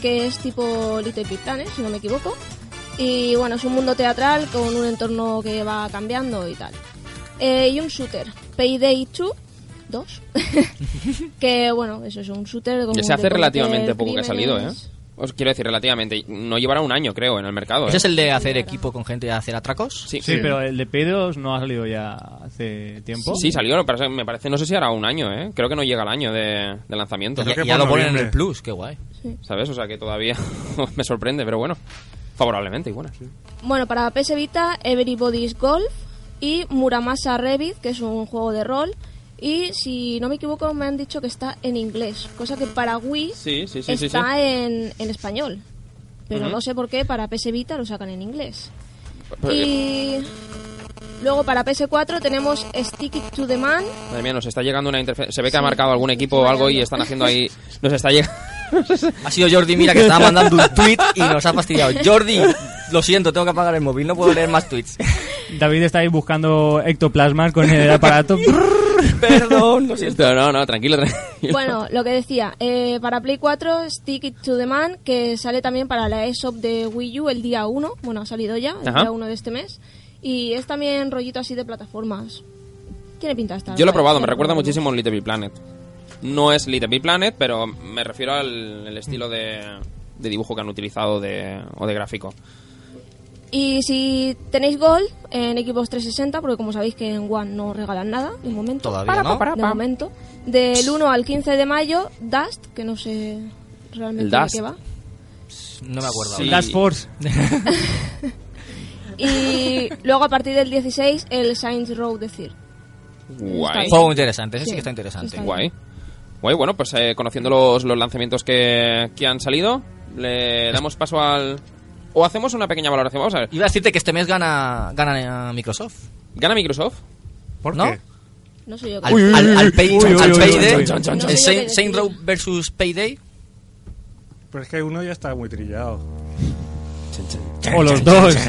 Speaker 8: que es tipo Little Big Planet, si no me equivoco. Y bueno, es un mundo teatral con un entorno que va cambiando y tal. Eh, y un shooter, Payday 2, 2 que bueno, eso es un shooter... con-
Speaker 2: Ya se hace
Speaker 8: de cometer
Speaker 2: relativamente poco que ha salido, ¿eh?
Speaker 8: crímenes.
Speaker 2: Os quiero decir, relativamente. No llevará un año, creo, en el mercado. ¿eh?
Speaker 3: ¿Ese es el de hacer equipo con gente y hacer atracos?
Speaker 2: Sí,
Speaker 6: Sí, pero el de P2 no ha salido ya hace tiempo.
Speaker 2: Sí, salió, pero me parece, no sé si hará un año, ¿eh? Creo que no llega el año de, de lanzamiento,
Speaker 4: Creo
Speaker 3: Ya,
Speaker 4: que
Speaker 3: ya
Speaker 4: por
Speaker 3: lo ponen en
Speaker 4: noviembre.
Speaker 3: el Plus, qué guay.
Speaker 2: ¿sabes? O sea que todavía me sorprende, pero bueno, favorablemente, y bueno.
Speaker 8: Bueno, para PS Vita, Everybody's Golf y Muramasa Revit, que es un juego de rol. Y si no me equivoco, me han dicho que está en inglés, cosa que para Wii
Speaker 2: Sí, sí, sí, sí,
Speaker 8: está
Speaker 2: sí.
Speaker 8: En, en español. Pero
Speaker 2: Ujú.
Speaker 8: no sé por qué para PS Vita lo sacan en inglés. Y luego para PS4 tenemos Stick It to the Man.
Speaker 2: Madre mía, nos está llegando una interferencia. Se ve que ha marcado algún equipo o algo y están haciendo ahí. Nos está llegando.
Speaker 3: Ha sido Jordi Mira que estaba mandando un tweet y nos ha fastidiado. Jordi, Lo siento, tengo que apagar el móvil, no puedo leer más tweets.
Speaker 6: David está ahí buscando ectoplasmas con el aparato.
Speaker 3: Perdón, lo siento.
Speaker 2: Esto, no, no, tranquilo, tranquilo.
Speaker 8: Bueno, lo que decía, eh, para Play 4, Stick It to the Man, que sale también para la eShop de Wii U el día 1, bueno, ha salido ya, el
Speaker 2: Ajá.
Speaker 8: día 1 de este mes, y es también rollito así de plataformas. Tiene pinta de estar.
Speaker 2: Yo lo he
Speaker 8: guay,
Speaker 2: probado, me
Speaker 8: pero-
Speaker 2: recuerda muchísimo a Little Big Planet. No es Little Big Planet, pero me refiero al el estilo de, de dibujo que han utilizado de, o de gráfico.
Speaker 8: Y si tenéis Gold en equipos 360, porque como sabéis que en One no regalan nada, de momento.
Speaker 3: Todavía no.
Speaker 8: De momento. Del 1 al 15 de mayo, Dust, que no sé
Speaker 2: El
Speaker 8: realmente de
Speaker 2: Dust.
Speaker 8: qué va.
Speaker 3: No me acuerdo.
Speaker 2: Sí.
Speaker 6: Dash Force.
Speaker 8: Y luego a partir del 16, el Saints Row the Third.
Speaker 2: Guay.
Speaker 8: Está
Speaker 3: Juego interesante, ese sí,
Speaker 8: Sí,
Speaker 3: que está interesante.
Speaker 8: está bien.
Speaker 2: Guay. Guay, bueno, pues eh, conociendo los, los lanzamientos que, que han salido, le damos paso al... O hacemos una pequeña valoración, vamos a ver.
Speaker 3: Iba a decirte que este mes gana, gana eh, Microsoft.
Speaker 2: ¿Gana Microsoft?
Speaker 4: ¿Por
Speaker 3: ¿No?
Speaker 4: qué?
Speaker 8: No soy yo.
Speaker 3: Al, al, al pay-
Speaker 6: uy, uy,
Speaker 3: al
Speaker 6: uy,
Speaker 3: Payday.
Speaker 6: uy, uy, uy,
Speaker 8: uy, uy.
Speaker 3: El Saint,
Speaker 8: No sé yo qué
Speaker 3: Saint Row
Speaker 8: decir.
Speaker 3: versus Payday.
Speaker 4: Pero es que uno ya está muy trillado.
Speaker 6: O los dos.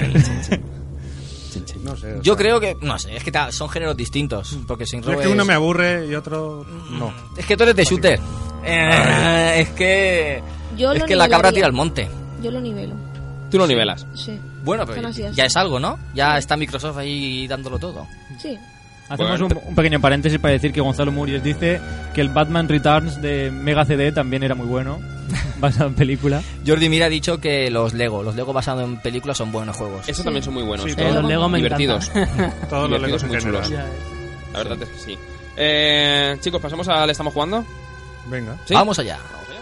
Speaker 4: No sé. o
Speaker 3: Yo
Speaker 4: sea,
Speaker 3: creo que. No sé, es que ta- son géneros distintos. Porque Saint
Speaker 4: yo
Speaker 3: Row
Speaker 4: es que
Speaker 3: es-
Speaker 4: uno me aburre y otro no.
Speaker 3: Es que tú eres de shooter. Eh, es que.
Speaker 8: Yo
Speaker 3: es
Speaker 8: lo
Speaker 3: que la cabra
Speaker 8: nivelaría.
Speaker 3: tira al monte.
Speaker 8: Yo lo nivelo.
Speaker 2: Tú lo nivelas.
Speaker 8: Sí.
Speaker 3: Bueno,
Speaker 8: Son
Speaker 3: pero
Speaker 8: así,
Speaker 3: ya,
Speaker 8: así.
Speaker 3: es algo, ¿no? Ya está Microsoft ahí dándolo todo.
Speaker 8: Sí.
Speaker 6: Hacemos
Speaker 2: Bueno,
Speaker 6: un, un pequeño paréntesis para decir que Gonzalo Muries dice que el Batman Returns de Mega CD también era muy bueno, basado en película.
Speaker 3: Jordi Mira ha dicho que los Lego, los Lego basados en películas son buenos juegos.
Speaker 2: Esos también son muy buenos.
Speaker 4: Sí,
Speaker 2: eh,
Speaker 4: todos
Speaker 7: los Lego me
Speaker 2: divertidos.
Speaker 4: Todos
Speaker 2: Divertidos
Speaker 4: los legos en
Speaker 2: muy
Speaker 4: general.
Speaker 7: Ya, eh.
Speaker 2: La verdad es que sí. Eh, chicos, pasamos al estamos jugando.
Speaker 4: Venga.
Speaker 2: ¿Sí?
Speaker 3: Vamos allá.
Speaker 2: Vamos allá.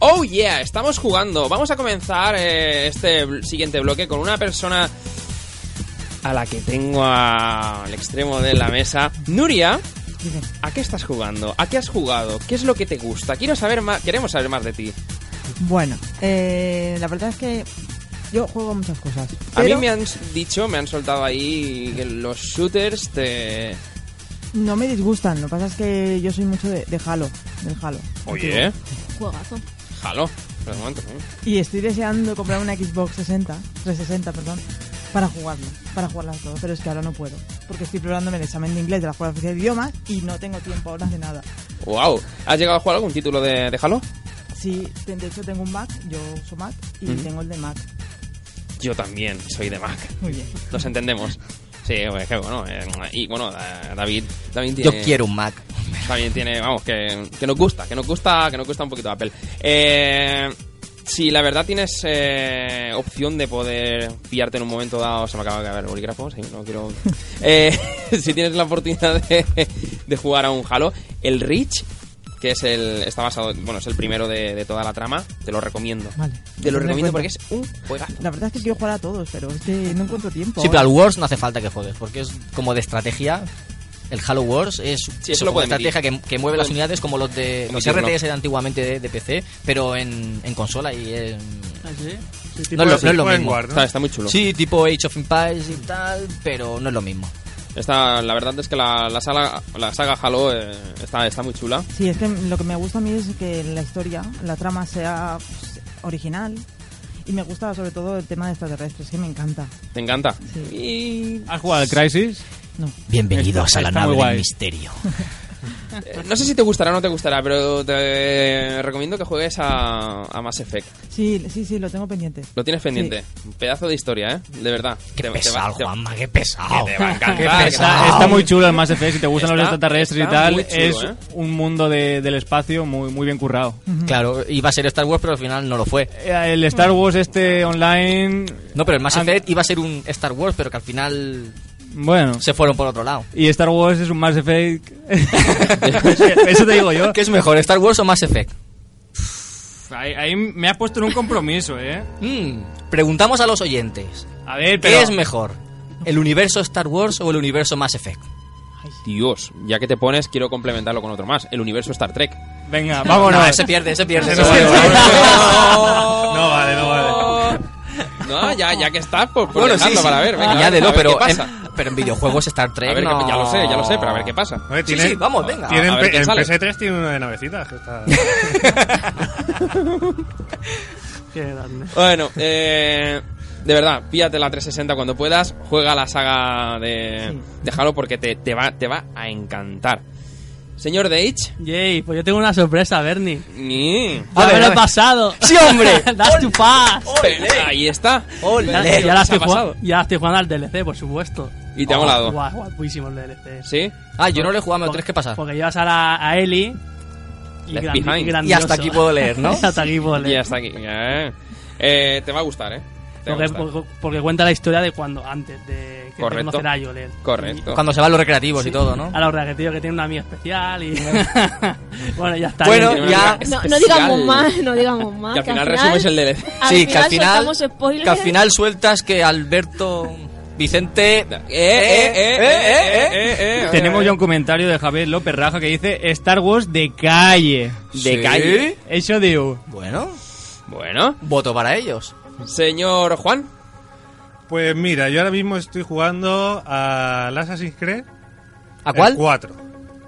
Speaker 2: Oh yeah, estamos jugando. Vamos a comenzar eh, este bl- siguiente bloque con una persona a la que tengo a- al extremo de la mesa. Nuria, ¿a qué estás jugando? ¿A qué has jugado? ¿Qué es lo que te gusta? Quiero saber más, queremos saber más de ti.
Speaker 5: Bueno, eh, la verdad es que yo juego muchas cosas.
Speaker 2: A mí
Speaker 5: pero
Speaker 2: me han s- dicho, me han soltado ahí que los shooters te...
Speaker 5: no me disgustan. Lo que pasa es que yo soy mucho de, de Halo, del Halo.
Speaker 2: Oye,
Speaker 8: Juegazo.
Speaker 2: jalo. Espera un momento, ¿eh?
Speaker 5: Y estoy deseando comprar una Xbox 60, 360, perdón, para jugarlo, para jugarlas todas, pero es que ahora no puedo, porque estoy preparándome el examen de inglés de la Escuela Oficial de Idiomas y no tengo tiempo ahora de nada.
Speaker 2: Wow. ¿Has llegado a jugar algún título de, de Halo?
Speaker 5: Sí, te- de hecho tengo un Mac, yo uso Mac y
Speaker 2: Ujú.
Speaker 5: tengo el de Mac.
Speaker 2: Yo también soy de Mac.
Speaker 5: Muy bien.
Speaker 2: Nos entendemos. Sí, hombre, que bueno. eh, y bueno, eh, David también
Speaker 3: Yo
Speaker 2: tiene...
Speaker 3: quiero un Mac.
Speaker 2: También tiene, vamos, que, que nos gusta, que nos gusta, que nos gusta un poquito Apple. Eh, si la verdad tienes eh, opción de poder pillarte en un momento dado, se me acaba de caer el bolígrafo, sí, no quiero. Eh, si tienes la oportunidad de, de jugar a un Halo, el Reach, que es el está basado, bueno, es el primero de, de toda la trama, te lo recomiendo.
Speaker 5: Vale.
Speaker 2: Te lo
Speaker 5: Tendré
Speaker 2: recomiendo
Speaker 5: en
Speaker 2: porque
Speaker 5: cuenta.
Speaker 2: es un juegazo.
Speaker 5: La verdad es que quiero jugar a todos, pero es que no encuentro tiempo.
Speaker 3: Sí, pero
Speaker 5: ahora.
Speaker 3: al Wars no hace falta que juegues, porque es como de estrategia. El Halo Wars es,
Speaker 2: eso
Speaker 3: es
Speaker 2: lo
Speaker 3: una
Speaker 2: pueden
Speaker 3: estrategia que, que mueve las
Speaker 2: Pueden-
Speaker 3: unidades como los de los
Speaker 2: decirlo.
Speaker 3: RTS de antiguamente de, de PC, pero en, en consola y en...
Speaker 7: ¿Ah, sí?
Speaker 4: Sí,
Speaker 3: No es lo- no es lo mismo.
Speaker 4: tipo Vanguard, Pues ¿no?
Speaker 2: Está, está muy chulo.
Speaker 3: Sí, tipo Age of Empires y tal, pero no es lo mismo.
Speaker 2: Está, la verdad es que la, la, sala, la saga Halo eh, está, está muy chula.
Speaker 5: Sí, es que lo que me gusta a mí es que la historia, la trama sea pues, original y me gusta sobre todo el tema de extraterrestres, que me encanta.
Speaker 2: Te encanta. Y
Speaker 6: ¿Has jugado al Crisis?
Speaker 5: No.
Speaker 3: Bienvenidos
Speaker 6: Está-
Speaker 3: a la
Speaker 6: está muy
Speaker 3: nave del
Speaker 6: guay.
Speaker 3: misterio.
Speaker 2: Eh, No sé si te gustará o no te gustará, pero te recomiendo que juegues a, a Mass Effect.
Speaker 5: Sí, sí, sí, lo tengo pendiente.
Speaker 2: Lo tienes pendiente. Un pedazo de historia, ¿eh? De verdad. Te-
Speaker 3: Qué
Speaker 2: te va-
Speaker 3: pesado,
Speaker 2: te va-
Speaker 3: Juanma, qué pesado.
Speaker 2: Te va a encantar. que te va a
Speaker 6: Está, está muy chulo el Mass Effect, si te gustan los
Speaker 2: Ah, Está-
Speaker 6: extraterrestres
Speaker 2: está
Speaker 6: y tal,
Speaker 2: muy chulo,
Speaker 6: es
Speaker 2: ¿eh?
Speaker 6: un mundo de- del espacio muy, muy bien currado.
Speaker 3: Claro, iba a ser Star Wars, pero al final no lo fue.
Speaker 6: Eh, El Star Wars este online,
Speaker 3: No, pero el Mass
Speaker 6: Ah,
Speaker 3: Effect iba a ser un Star Wars, pero que al final
Speaker 6: bueno,
Speaker 3: se fueron por otro lado.
Speaker 6: y Star Wars es un Mass Effect... Eso te digo yo.
Speaker 3: ¿Qué es mejor, Star Wars o Mass Effect?
Speaker 6: Ahí, ahí me has puesto en un compromiso, ¿eh?
Speaker 3: Mm, preguntamos a los oyentes.
Speaker 6: A ver, pero...
Speaker 3: ¿Qué es mejor? ¿El universo Star Wars o el universo Mass Effect?
Speaker 2: Dios, ya que te pones, quiero complementarlo con otro más. El universo Star Trek.
Speaker 6: Venga, vámonos.
Speaker 3: ese pierde, ese pierde. ese
Speaker 6: No, no,
Speaker 3: pierde.
Speaker 4: No vale, no vale.
Speaker 2: No, ya, ya que estás, pues, pues
Speaker 3: Bueno, sí,
Speaker 2: dejadlo
Speaker 3: sí. Ah,
Speaker 2: para ver. Venga, a ver
Speaker 3: Añádelo,
Speaker 2: qué
Speaker 3: pero, en,
Speaker 2: pasa.
Speaker 3: pero en videojuegos Star Trek
Speaker 2: A ver, qué-
Speaker 3: no.
Speaker 2: ya lo sé, ya lo sé, pero a ver qué pasa.
Speaker 4: Oye,
Speaker 3: Sí,
Speaker 4: tiene- Ah,
Speaker 3: sí, vamos, venga.
Speaker 2: A
Speaker 4: Tiene en
Speaker 2: ver
Speaker 4: P-
Speaker 2: qué
Speaker 4: en
Speaker 2: sale.
Speaker 4: PS3 tiene uno de navecitas. Que está...
Speaker 7: Qué grande.
Speaker 2: Bueno, eh, de verdad, píllate la 360 cuando puedas, juega la saga de, de Halo porque te, te va, te va a encantar. Señor Deitch,
Speaker 7: Yay, pues yo tengo una sorpresa, Bernie.
Speaker 2: ni-
Speaker 3: A
Speaker 7: Ya
Speaker 3: ver,
Speaker 7: me lo
Speaker 3: a
Speaker 7: he
Speaker 3: ver.
Speaker 7: pasado.
Speaker 3: ¡Sí, hombre!
Speaker 7: That's too fast.
Speaker 2: ahí está.
Speaker 7: Ya,
Speaker 3: ¡Ole!
Speaker 7: ya la
Speaker 2: ¿Qué
Speaker 7: estoy
Speaker 2: ha pasado?
Speaker 7: jugando, ya la estoy jugando al DLC, por supuesto.
Speaker 2: Y te ha
Speaker 7: Oh,
Speaker 2: molado.
Speaker 7: guau, guapísimo el DLC.
Speaker 2: ¿Sí?
Speaker 3: Ah, yo no lo he jugado, me lo tienes que pasar.
Speaker 7: Porque llevas a, la, a Ellie y,
Speaker 2: Left
Speaker 7: grandi-
Speaker 2: behind.
Speaker 3: Y hasta aquí puedo leer, ¿no?
Speaker 7: hasta aquí puedo
Speaker 2: Y
Speaker 7: leer.
Speaker 2: hasta aquí. Eh, Eh, te va a gustar, ¿eh? Te va a
Speaker 7: Porque,
Speaker 6: pues,
Speaker 2: gustar.
Speaker 7: porque- porque cuenta la historia de cuando antes de que
Speaker 2: Correcto.
Speaker 7: conocer a Joel.
Speaker 2: Correcto.
Speaker 3: Cuando se van los recreativos y todo, ¿no?
Speaker 7: A la hora que tío que tiene una amiga especial y bueno, ya está.
Speaker 3: Bueno,
Speaker 2: Tiene
Speaker 7: bien.
Speaker 2: una
Speaker 3: ya-
Speaker 2: amiga
Speaker 8: No, no
Speaker 2: especial.
Speaker 8: digamos más, no digamos más.
Speaker 2: Que al final resumes el DLC.
Speaker 3: sí, que al final,
Speaker 8: soltamos spoilers.
Speaker 3: que al final sueltas que Alberto Vicente eh, eh, eh, eh, eh,
Speaker 6: Tenemos ya un comentario de Javier López Raja que dice Star Wars de calle.
Speaker 3: ¿De
Speaker 6: Sí.
Speaker 3: calle?
Speaker 6: Eso digo.
Speaker 3: Bueno,
Speaker 2: Bueno,
Speaker 3: voto para ellos.
Speaker 2: señor Juan.
Speaker 4: Pues mira, yo ahora mismo estoy jugando al Assassin's Creed.
Speaker 3: ¿A cuál?
Speaker 4: 4.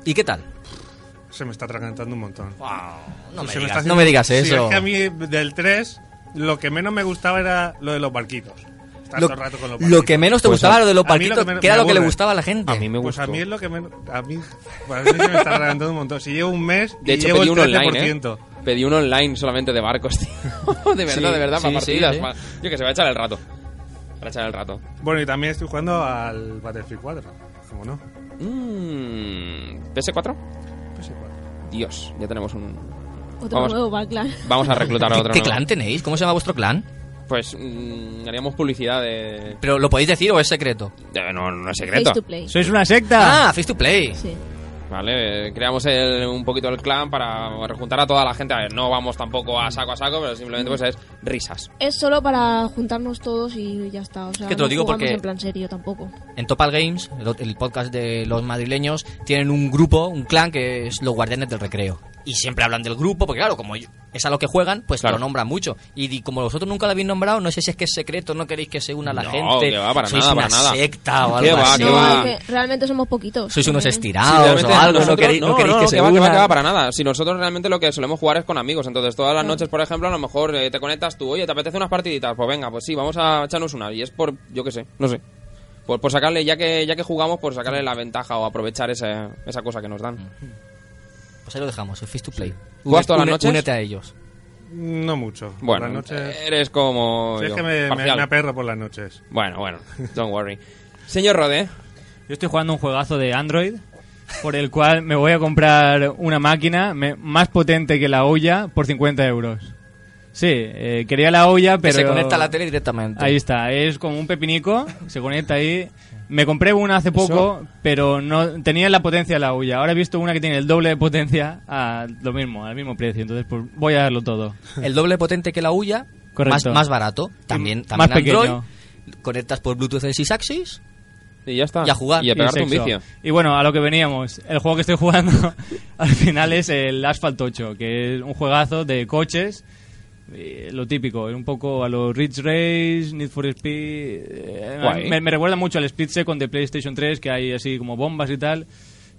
Speaker 3: ¿Y qué tal?
Speaker 4: Se me está atragantando un montón.
Speaker 3: No me
Speaker 4: pues Se me
Speaker 3: digas,
Speaker 4: está
Speaker 3: no me digas
Speaker 4: haciendo- Sí,
Speaker 3: eso.
Speaker 4: es que a mí del 3 lo que menos me gustaba era lo de los barquitos. Estar
Speaker 3: lo,
Speaker 4: todo el rato con los
Speaker 3: lo
Speaker 4: barquitos.
Speaker 3: que menos te
Speaker 4: Pues
Speaker 3: gustaba
Speaker 4: a-
Speaker 3: era lo de los
Speaker 4: a mí
Speaker 3: parquitos,
Speaker 4: menos-
Speaker 3: que era
Speaker 4: me
Speaker 3: lo que le
Speaker 4: aburre.
Speaker 3: gustaba a la gente.
Speaker 4: Pues a mí es lo que menos... A mí, pues a mí se me está atragantando un montón. Si llevo un mes
Speaker 2: De
Speaker 4: y
Speaker 2: hecho,
Speaker 4: llevo
Speaker 2: pedí
Speaker 4: el
Speaker 2: uno online,
Speaker 4: 13%.
Speaker 2: ¿eh? Pedí uno online solamente de barcos, tío. De verdad,
Speaker 3: Sí,
Speaker 2: de verdad,
Speaker 3: sí,
Speaker 2: para
Speaker 3: sí,
Speaker 2: partidas.
Speaker 3: sí.
Speaker 2: pa- Yo que se va a echar el rato. Para echar el rato.
Speaker 4: Bueno, y también estoy jugando al Battlefield 4. ¿Cómo no?
Speaker 2: Mm, ¿PS4?
Speaker 4: Pues PS4.
Speaker 2: Dios, ya tenemos un...
Speaker 8: Otro
Speaker 2: Vamos.
Speaker 8: nuevo backline.
Speaker 2: Vamos a reclutar a
Speaker 3: ¿Qué,
Speaker 2: otro.
Speaker 3: qué
Speaker 2: nuevo.
Speaker 3: clan tenéis? ¿Cómo se llama vuestro clan?
Speaker 2: Pues mm, haríamos publicidad de...
Speaker 3: ¿Pero lo podéis decir o es secreto?
Speaker 2: de- No, no es
Speaker 8: Face
Speaker 2: secreto.
Speaker 8: to play.
Speaker 6: ¿Sois una secta?
Speaker 3: Ah, face to play.
Speaker 8: Sí.
Speaker 2: Vale, eh, creamos el- un poquito el clan para rejuntar a toda la gente. A ver, no vamos tampoco a saco a saco, pero simplemente pues es risas.
Speaker 8: Es solo para juntarnos todos y ya está. O sea,
Speaker 3: Que te lo
Speaker 8: no
Speaker 3: digo
Speaker 8: jugamos
Speaker 3: porque-
Speaker 8: en plan serio tampoco.
Speaker 3: En Topal Games, el, el podcast de los madrileños, tienen un grupo, un clan que es los guardianes del recreo. Y siempre hablan del grupo, porque claro, como es a lo que juegan, pues
Speaker 2: Claro.
Speaker 3: lo nombran mucho. Y, di- como vosotros nunca lo habéis nombrado, no sé si es que es secreto, no queréis que se una la
Speaker 2: No,
Speaker 3: gente.
Speaker 2: que va, para
Speaker 3: Sois
Speaker 2: nada,
Speaker 3: una
Speaker 2: para nada.
Speaker 3: secta o
Speaker 2: Qué
Speaker 3: algo
Speaker 2: va,
Speaker 3: así.
Speaker 2: qué
Speaker 8: no,
Speaker 2: va.
Speaker 8: que realmente somos poquitos.
Speaker 3: Sois unos
Speaker 8: Eh,
Speaker 3: estirados Ah, o
Speaker 2: realmente
Speaker 3: algo, no
Speaker 2: nosotros-
Speaker 3: queréis, no queréis que
Speaker 2: no,
Speaker 3: se
Speaker 2: va, va,
Speaker 3: unan.
Speaker 2: que va, para nada. Si nosotros realmente lo que solemos jugar es con amigos, entonces todas las noches, por ejemplo, a lo mejor eh, te conectas tú, oye, ¿te apetece unas partiditas? Pues venga, pues sí, vamos a echarnos una. Y es por, yo qué sé, no sé. Por, por sacarle, ya que, ya que jugamos, por sacarle la ventaja o aprovechar esa, esa cosa que nos dan.
Speaker 3: Mm. Pues ahí lo dejamos, el face to play.
Speaker 2: ¿Juegas todas las
Speaker 3: Une-
Speaker 2: noches?
Speaker 3: Únete a ellos.
Speaker 4: No mucho.
Speaker 2: Bueno,
Speaker 4: Las noches...
Speaker 2: eres como.
Speaker 4: Si es
Speaker 2: yo,
Speaker 4: que me, me,
Speaker 2: parcial.
Speaker 4: me aperro por las noches.
Speaker 2: Bueno, bueno, don't worry. Señor Rode,
Speaker 6: Yo estoy jugando un juegazo de Android por el cual me voy a comprar una máquina me- más potente que la olla por 50 euros. Sí, eh, quería la olla,
Speaker 3: Que
Speaker 6: pero...
Speaker 3: se conecta a la tele directamente.
Speaker 6: Ahí está, es como un pepinico, se conecta ahí. Me compré una hace poco, pero no tenía la potencia de la olla. Ahora he visto una que tiene el doble de potencia a lo mismo, al mismo precio. Entonces, pues voy a darlo todo.
Speaker 3: El doble potente que la huya, más,
Speaker 6: Correcto.
Speaker 3: más barato. También,
Speaker 6: más
Speaker 3: también Android.
Speaker 6: pequeño.
Speaker 3: Conectas por Bluetooth el 6 axis.
Speaker 2: y ya está.
Speaker 3: Y a jugar.
Speaker 2: Y a
Speaker 3: Y
Speaker 2: pegarte un
Speaker 6: sexo.
Speaker 2: vicio.
Speaker 6: Y bueno, a lo que veníamos. El juego que estoy jugando al final es el Asphalt 8, que es un juegazo de coches. eh, Lo típico, es un poco a los Ridge Race, Need for Speed. eh,
Speaker 2: Guay.
Speaker 6: Me, me recuerda mucho al Speed Second de PlayStation 3, que hay así como bombas y tal.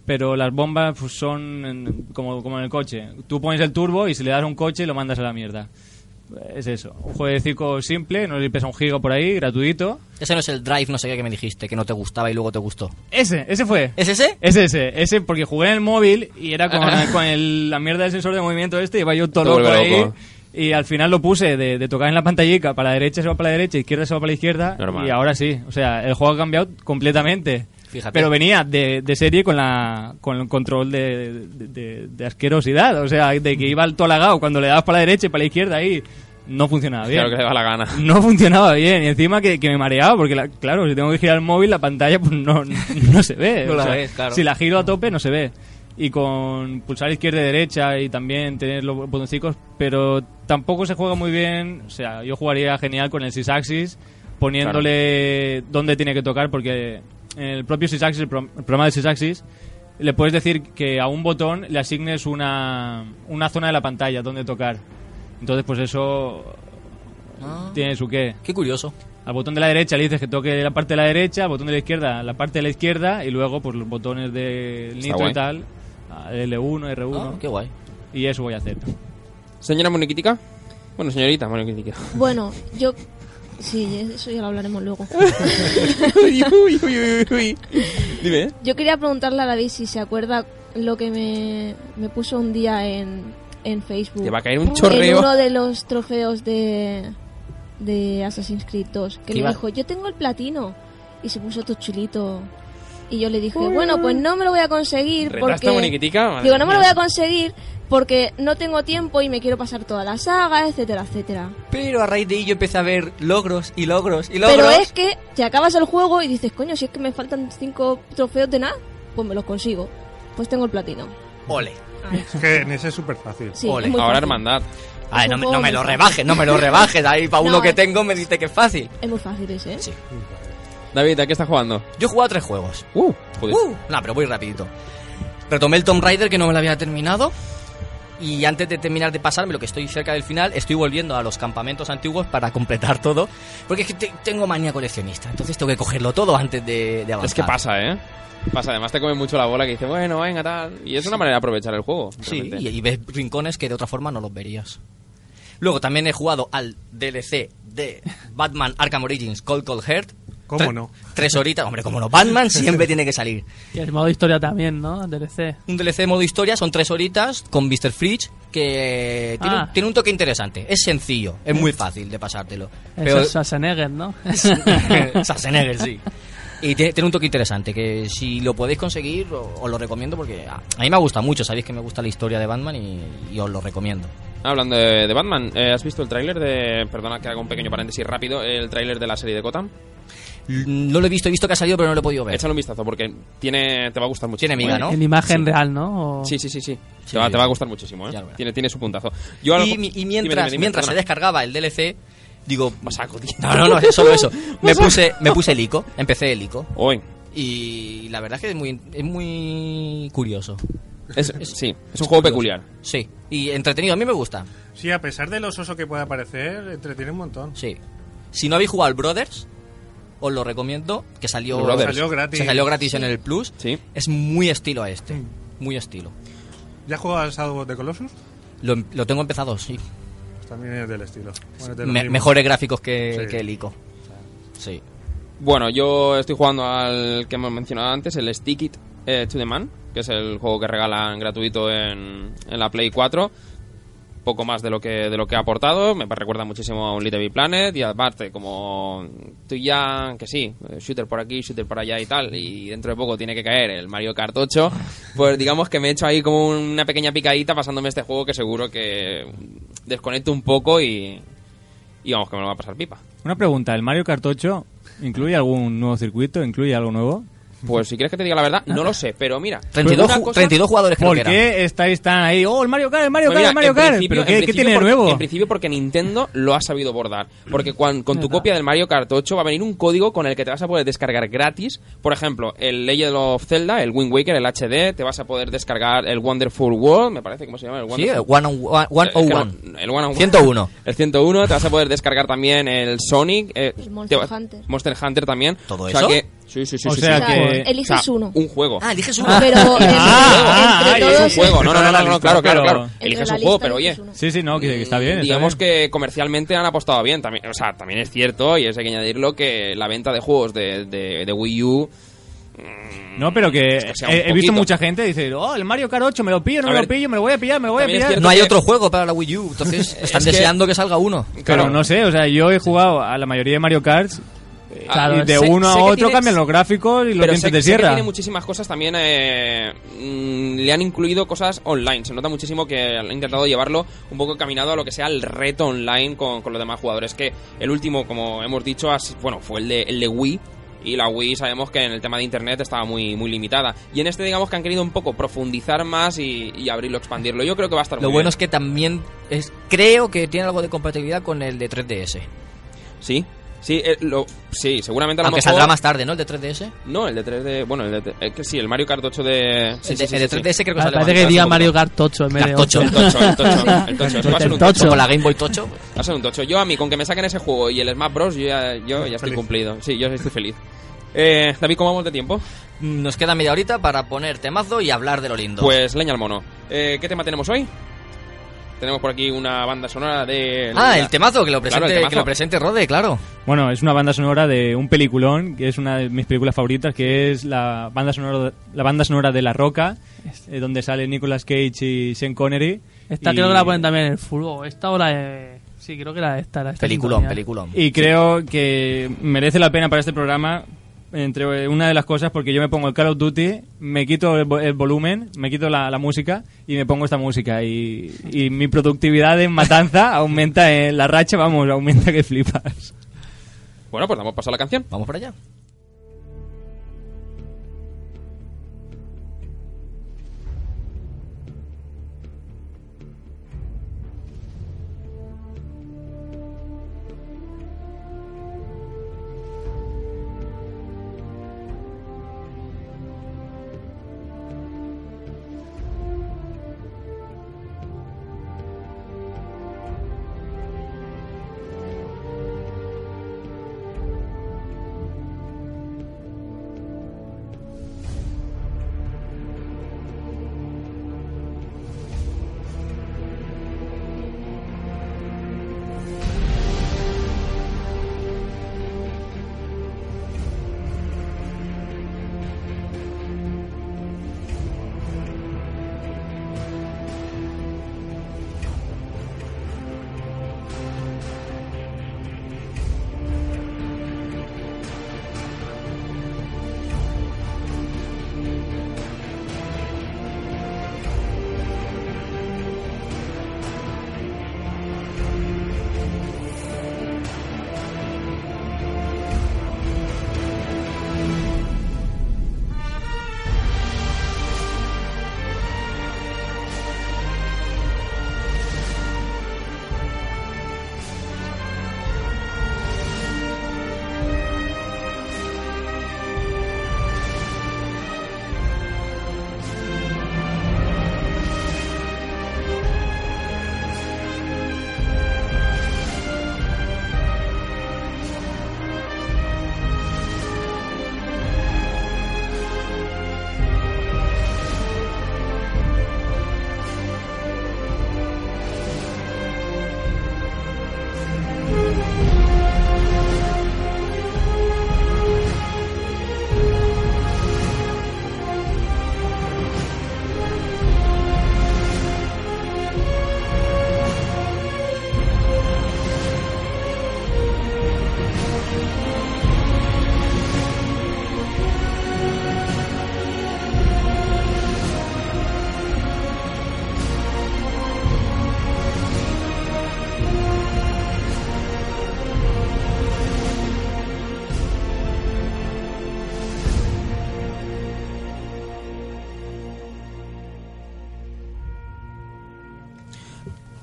Speaker 6: Pero las bombas pues, son en- como, como en el coche. Tú pones el turbo y si le das a un coche lo mandas a la mierda. Es eso. Un jueguecito simple, no le pesa un giga por ahí, gratuito.
Speaker 3: Ese no es el Drive, no sé qué que me dijiste, que no te gustaba y luego te gustó.
Speaker 6: Ese, ese fue.
Speaker 3: ¿Es ese?
Speaker 6: Es ese, ese, porque jugué en el móvil y era con,
Speaker 2: Ah.
Speaker 6: con el- la mierda del sensor de movimiento este, iba yo todo
Speaker 2: Te
Speaker 6: loco
Speaker 2: vuelve
Speaker 6: ahí.
Speaker 2: loco.
Speaker 6: Y al final lo puse de, de tocar en la pantallica, para la derecha se va para la derecha, izquierda se va para la izquierda.
Speaker 2: Normal.
Speaker 6: Y ahora sí, o sea, el juego ha cambiado completamente.
Speaker 3: Fíjate.
Speaker 6: Pero venía de, de serie con la con el control de, de- de- de asquerosidad, o sea, de que iba al tolagao cuando le dabas para la derecha y para la izquierda ahí. No funcionaba bien
Speaker 2: Claro que le da la gana.
Speaker 3: Mm.
Speaker 6: no funcionaba bien. Y encima que, que me mareaba, porque la- claro, si tengo que girar el móvil, la pantalla pues no, no se ve.
Speaker 3: No
Speaker 6: O
Speaker 3: la
Speaker 6: sea,
Speaker 3: ves, claro.
Speaker 6: Si la giro a tope, no se ve. Y con pulsar izquierda y derecha y también tener los botoncicos, pero tampoco se juega muy bien. O sea, yo jugaría genial con el six-axis, poniéndole dónde tiene que tocar, porque en el propio six-axis, el, pro- el programa de six-axis, le puedes decir que a un botón le asignes una, una zona de la pantalla donde tocar. Entonces, pues eso
Speaker 3: Ah.
Speaker 6: tiene su qué.
Speaker 3: Qué curioso.
Speaker 6: Al botón de la derecha le dices que toque la parte de la derecha, al botón de la izquierda la parte de la izquierda y luego pues los botones de
Speaker 9: Está
Speaker 6: nitro
Speaker 9: guay.
Speaker 6: y tal, a L1,
Speaker 3: Ah,
Speaker 6: R1
Speaker 3: qué guay.
Speaker 6: y eso voy a hacer.
Speaker 2: Señora Moniquitica. Bueno, señorita Moniquitica.
Speaker 8: Bueno, yo... Sí, eso ya lo hablaremos luego.
Speaker 2: uy, uy, uy, uy, uy. Dime. ¿eh?
Speaker 8: Yo quería preguntarle a David si se acuerda lo que me, me puso un día en, en Facebook.
Speaker 2: Te va a caer un
Speaker 8: En
Speaker 2: chorreo.
Speaker 8: uno de los trofeos de, de Assassin's Creed 2. Que
Speaker 3: ¿Qué
Speaker 8: me
Speaker 3: iba?
Speaker 8: dijo, yo tengo el platino. Y se puso todo chulito. Y yo le dije, bueno, pues no me lo voy a conseguir
Speaker 2: ¿Retaste a
Speaker 8: porque...
Speaker 2: Moniquitica? Madre
Speaker 8: Digo, no me lo voy
Speaker 2: mía.
Speaker 8: a conseguir porque no tengo tiempo y me quiero pasar toda la saga, etcétera, etcétera.
Speaker 3: Pero a raíz de ello empecé a ver logros y logros y logros.
Speaker 8: Pero es que te acabas el juego y dices, coño, si es que me faltan cinco trofeos de nada, pues me los consigo. Pues tengo el platino.
Speaker 3: Ole.
Speaker 4: Es que en ese es súper fácil.
Speaker 8: Sí,
Speaker 3: Ole.
Speaker 8: es muy
Speaker 2: Ahora
Speaker 8: fácil.
Speaker 2: hermandad.
Speaker 3: Ay, no, me- no me lo
Speaker 8: Supongo.
Speaker 3: rebajes, no me lo rebajes. Ahí para uno
Speaker 8: No,
Speaker 3: que
Speaker 8: es-
Speaker 3: tengo me dice que es fácil.
Speaker 8: Es muy fácil ese, ¿eh?
Speaker 3: Sí.
Speaker 2: David, ¿a qué estás jugando?
Speaker 3: Yo he jugado a tres juegos.
Speaker 2: Uh, joder.
Speaker 3: Uh, no, pero voy rapidito. Retomé el Tomb Raider que no me lo había terminado. Y antes de terminar de pasarme, lo que estoy cerca del final, estoy volviendo a los campamentos antiguos para completar todo. Porque es que te- tengo manía coleccionista. Entonces tengo que cogerlo todo antes de, de avanzar.
Speaker 2: es que pasa, ¿eh? Pasa, además te come mucho la bola que dice, bueno, venga, tal. Y es una manera de aprovechar el juego.
Speaker 3: Sí,
Speaker 2: realmente.
Speaker 3: y, y ves rincones que de otra forma no los verías. Luego también he jugado al DLC de Batman Arkham Origins Cold Cold Heart.
Speaker 4: ¿Cómo
Speaker 3: Tre-
Speaker 4: no?
Speaker 3: Tres horitas, hombre, cómo no. Batman siempre tiene que salir.
Speaker 7: Y el modo historia también, ¿no? DLC.
Speaker 3: Un DLC de modo historia son tres horitas con Mr. Fridge que tiene,
Speaker 7: Ah.
Speaker 3: tiene un toque interesante. Es sencillo, es muy fácil de pasártelo.
Speaker 7: Eso es Schwarzenegger, ¿no?
Speaker 3: Schwarzenegger, sí. Y tiene, tiene un toque interesante, que si lo podéis conseguir, o- os lo recomiendo porque ah, a, a mí me gusta mucho. Sabéis que me gusta la historia de Batman y- y os lo recomiendo.
Speaker 2: Hablando de, de Batman, eh, ¿has visto el tráiler de... Perdona que haga un pequeño paréntesis rápido. El tráiler de la serie de Gotham.
Speaker 3: No lo he visto, he visto que ha salido, pero no lo he podido ver.
Speaker 2: Échale un vistazo porque tiene te va a gustar mucho.
Speaker 3: Tiene miga, ¿no?
Speaker 7: En imagen real, ¿no? O-
Speaker 2: Sí, sí, sí, sí.
Speaker 3: Sí,
Speaker 2: te, va,
Speaker 3: sí.
Speaker 2: te va a gustar muchísimo, ¿eh?
Speaker 3: Ya lo verás.
Speaker 2: Tiene, tiene su puntazo. Yo a lo
Speaker 3: Y,
Speaker 2: mejor-
Speaker 3: mi- y
Speaker 2: Dime,
Speaker 3: mientras,
Speaker 2: dime, dime,
Speaker 3: mientras se
Speaker 2: perdona.
Speaker 3: descargaba el DLC, digo,
Speaker 2: Me saco, tío.
Speaker 3: no, no, no, es solo eso. Me puse, me puse el ICO, empecé el ICO.
Speaker 2: Hoy.
Speaker 3: Y la verdad es que es muy, es muy curioso.
Speaker 2: Es, sí, es un juego peculiar.
Speaker 3: Sí, y entretenido, a mí me gusta.
Speaker 4: Sí, a pesar de lo soso que pueda parecer, entretiene un montón.
Speaker 3: Sí. Si no habéis jugado al Brothers, os lo recomiendo, que salió,
Speaker 2: Brothers.
Speaker 4: Salió gratis.
Speaker 3: se salió gratis en el Plus.
Speaker 2: Sí.
Speaker 3: Es muy estilo a este, muy estilo.
Speaker 4: ¿Ya has jugado al Shadow of the Colossus?
Speaker 3: Lo, lo tengo empezado, sí.
Speaker 4: Pues también es del estilo. Bueno, es de lo
Speaker 3: Me-
Speaker 4: mismo.
Speaker 3: mejores gráficos que,
Speaker 4: Sí.
Speaker 3: que el ICO. Sí.
Speaker 2: Bueno, yo estoy jugando al que hemos mencionado antes, el Stick It eh, to the Man, que es el juego que regalan gratuito en, en la Play 4. Poco más de lo que de lo que ha aportado, me recuerda muchísimo a un Little Big Planet y aparte como tú ya que sí, eh, shooter por aquí, shooter por allá y tal, y dentro de poco tiene que caer el Mario Kart 8, pues digamos que me he hecho ahí como una pequeña picadita pasándome este juego que seguro que desconecto un poco y y vamos que me lo va a pasar pipa.
Speaker 6: Una pregunta, ¿el Mario Kart 8 incluye algún nuevo circuito? ¿Incluye algo nuevo?
Speaker 2: Pues si quieres que te diga la verdad, no lo sé, pero mira.
Speaker 3: 32,
Speaker 2: una
Speaker 3: ju-
Speaker 2: cosa-
Speaker 3: 32 jugadores creo
Speaker 6: ¿Por
Speaker 3: que eran.
Speaker 6: qué estáis tan ahí? ¡Oh, el Mario Kart, el Mario
Speaker 2: Pues
Speaker 6: Kart,
Speaker 2: mira,
Speaker 6: el Mario
Speaker 2: en
Speaker 6: Kart!
Speaker 2: principio-
Speaker 6: ¿Pero
Speaker 2: en
Speaker 6: qué, qué
Speaker 2: principio
Speaker 6: tiene de
Speaker 2: porque-
Speaker 6: nuevo?
Speaker 2: En principio porque Nintendo lo ha sabido bordar. Porque cuan- con tu
Speaker 7: Verdad.
Speaker 2: copia del Mario Kart 8 va a venir un código con el que te vas a poder descargar gratis. Por ejemplo, el Legend of Zelda, el Wind Waker, el HD, te vas a poder descargar el Wonderful World, me parece, ¿cómo se llama? El
Speaker 3: Sí,
Speaker 2: Wonderful
Speaker 3: el one on
Speaker 2: Eh,
Speaker 3: one-
Speaker 2: es que
Speaker 3: 101.
Speaker 2: no, el one on one.
Speaker 3: 101.
Speaker 2: El 101, te vas a poder descargar también el Sonic. eh,
Speaker 8: El Monster
Speaker 2: te va-
Speaker 8: Hunter.
Speaker 2: Monster Hunter también.
Speaker 3: ¿Todo
Speaker 2: o sea
Speaker 3: eso?
Speaker 2: Que, sí, sí, sí.
Speaker 6: O
Speaker 2: sí,
Speaker 6: sea
Speaker 8: O
Speaker 2: sí.
Speaker 8: sea,
Speaker 6: que-
Speaker 8: eliges
Speaker 2: O sea,
Speaker 8: uno.
Speaker 2: un juego.
Speaker 3: Ah, eliges uno.
Speaker 8: Pero entre,
Speaker 6: ah, ah, es
Speaker 8: entre
Speaker 2: es
Speaker 6: un
Speaker 2: un
Speaker 8: todos...
Speaker 2: juego, no, no, no,
Speaker 6: Pero-
Speaker 2: no, no, claro, claro, claro.
Speaker 6: pero-
Speaker 8: entre
Speaker 2: Eliges
Speaker 8: la
Speaker 2: un juego,
Speaker 8: lista
Speaker 2: pero oye,
Speaker 8: eliges uno.
Speaker 6: Sí, sí, no, que, que está bien. está
Speaker 2: eh, digamos
Speaker 6: bien.
Speaker 2: que comercialmente han apostado bien. También, o sea, también es cierto, y es hay que añadirlo, que la venta de juegos de, de, de Wii U.
Speaker 6: No, pero que
Speaker 2: Es que sea un
Speaker 6: he, he visto
Speaker 2: poquito.
Speaker 6: mucha gente dice, oh, el Mario Kart 8 me lo pillo, no
Speaker 2: A
Speaker 6: me
Speaker 2: ver,
Speaker 6: lo pillo, me lo voy a pillar, me lo voy a
Speaker 2: también es
Speaker 6: pillar.
Speaker 2: cierto
Speaker 3: No hay
Speaker 2: que-
Speaker 3: otro juego para la Wii U, entonces están
Speaker 2: que-
Speaker 3: deseando que salga uno.
Speaker 6: Pero no sé, o sea, yo he jugado a la mayoría de Mario Karts eh, y de
Speaker 2: Ah, sé-
Speaker 6: uno a
Speaker 2: sé que
Speaker 6: otro
Speaker 2: tiene-
Speaker 6: cambian los gráficos y los
Speaker 2: Pero
Speaker 6: dientes
Speaker 2: sé,
Speaker 6: de
Speaker 2: sé que
Speaker 6: sierra.
Speaker 2: tiene muchísimas cosas también. eh, mm, le han incluido cosas online. Se nota muchísimo que han intentado llevarlo un poco caminado a lo que sea el reto online con, con los demás jugadores. Que el último, como hemos dicho, has- bueno, fue el de, el de Wii. Y la Wii sabemos que en el tema de internet estaba muy, muy limitada. Y en este, digamos que han querido un poco profundizar más y, y abrirlo, expandirlo. Yo creo que va a estar
Speaker 3: Lo
Speaker 2: muy
Speaker 3: bueno
Speaker 2: bien.
Speaker 3: es que también es, creo que tiene algo de compatibilidad con el de 3DS.
Speaker 2: Sí. Sí, eh, lo, sí seguramente a lo
Speaker 3: Aunque
Speaker 2: mejor-
Speaker 3: saldrá más tarde, ¿no? El de 3DS.
Speaker 2: No, el de 3D. Bueno, el de. t- Es que sí, el Mario Kart 8 de. Sí,
Speaker 3: el
Speaker 2: sí,
Speaker 3: de,
Speaker 2: sí,
Speaker 3: el de
Speaker 2: sí, sí.
Speaker 3: 3DS creo que
Speaker 7: Vale,
Speaker 3: sale
Speaker 7: Ah, parece
Speaker 3: más
Speaker 7: que
Speaker 3: tarde,
Speaker 7: diga
Speaker 3: ¿no?
Speaker 7: Mario Kart 8 en vez de
Speaker 3: Cartocho.
Speaker 7: 8.
Speaker 2: El tocho, el tocho, el tocho. Va a ser un tocho.
Speaker 3: Como la Game Boy Tocho.
Speaker 2: Va a ser un tocho. Yo a mí, con que me saquen ese juego y el Smash Bros, yo ya, yo ya estoy
Speaker 4: Feliz.
Speaker 2: cumplido. Sí, yo estoy feliz. Eh, David, ¿cómo vamos de tiempo?
Speaker 3: Mm, Nos queda media horita para poner temazo y hablar de lo lindo.
Speaker 2: Pues leña al mono. Eh, ¿Qué tema tenemos hoy? Tenemos por aquí una banda sonora de...
Speaker 3: ah,
Speaker 2: la-
Speaker 3: el temazo, que lo
Speaker 2: Claro, el
Speaker 3: presente, que
Speaker 2: temazo.
Speaker 3: lo presente Rode, claro.
Speaker 6: Bueno, es una banda sonora de un peliculón, que es una de mis películas favoritas, que es la banda sonora, la banda sonora de La Roca, eh, donde sale Nicolas Cage y Sean Connery.
Speaker 7: Esta
Speaker 6: Y-
Speaker 7: creo que la ponen también en el fútbol. Esta o la de... Sí, creo que la de esta. La de esta
Speaker 3: Peliculón,
Speaker 7: sintonía.
Speaker 3: peliculón.
Speaker 6: Y creo que merece la pena para este programa, entre una de las cosas, porque yo me pongo el Call of Duty, me quito el, vo- el volumen, me quito la, la música y me pongo esta música. Y, y mi productividad en matanza aumenta, en la racha, vamos, aumenta que flipas.
Speaker 2: Bueno, pues damos paso a la canción.
Speaker 3: Vamos para allá.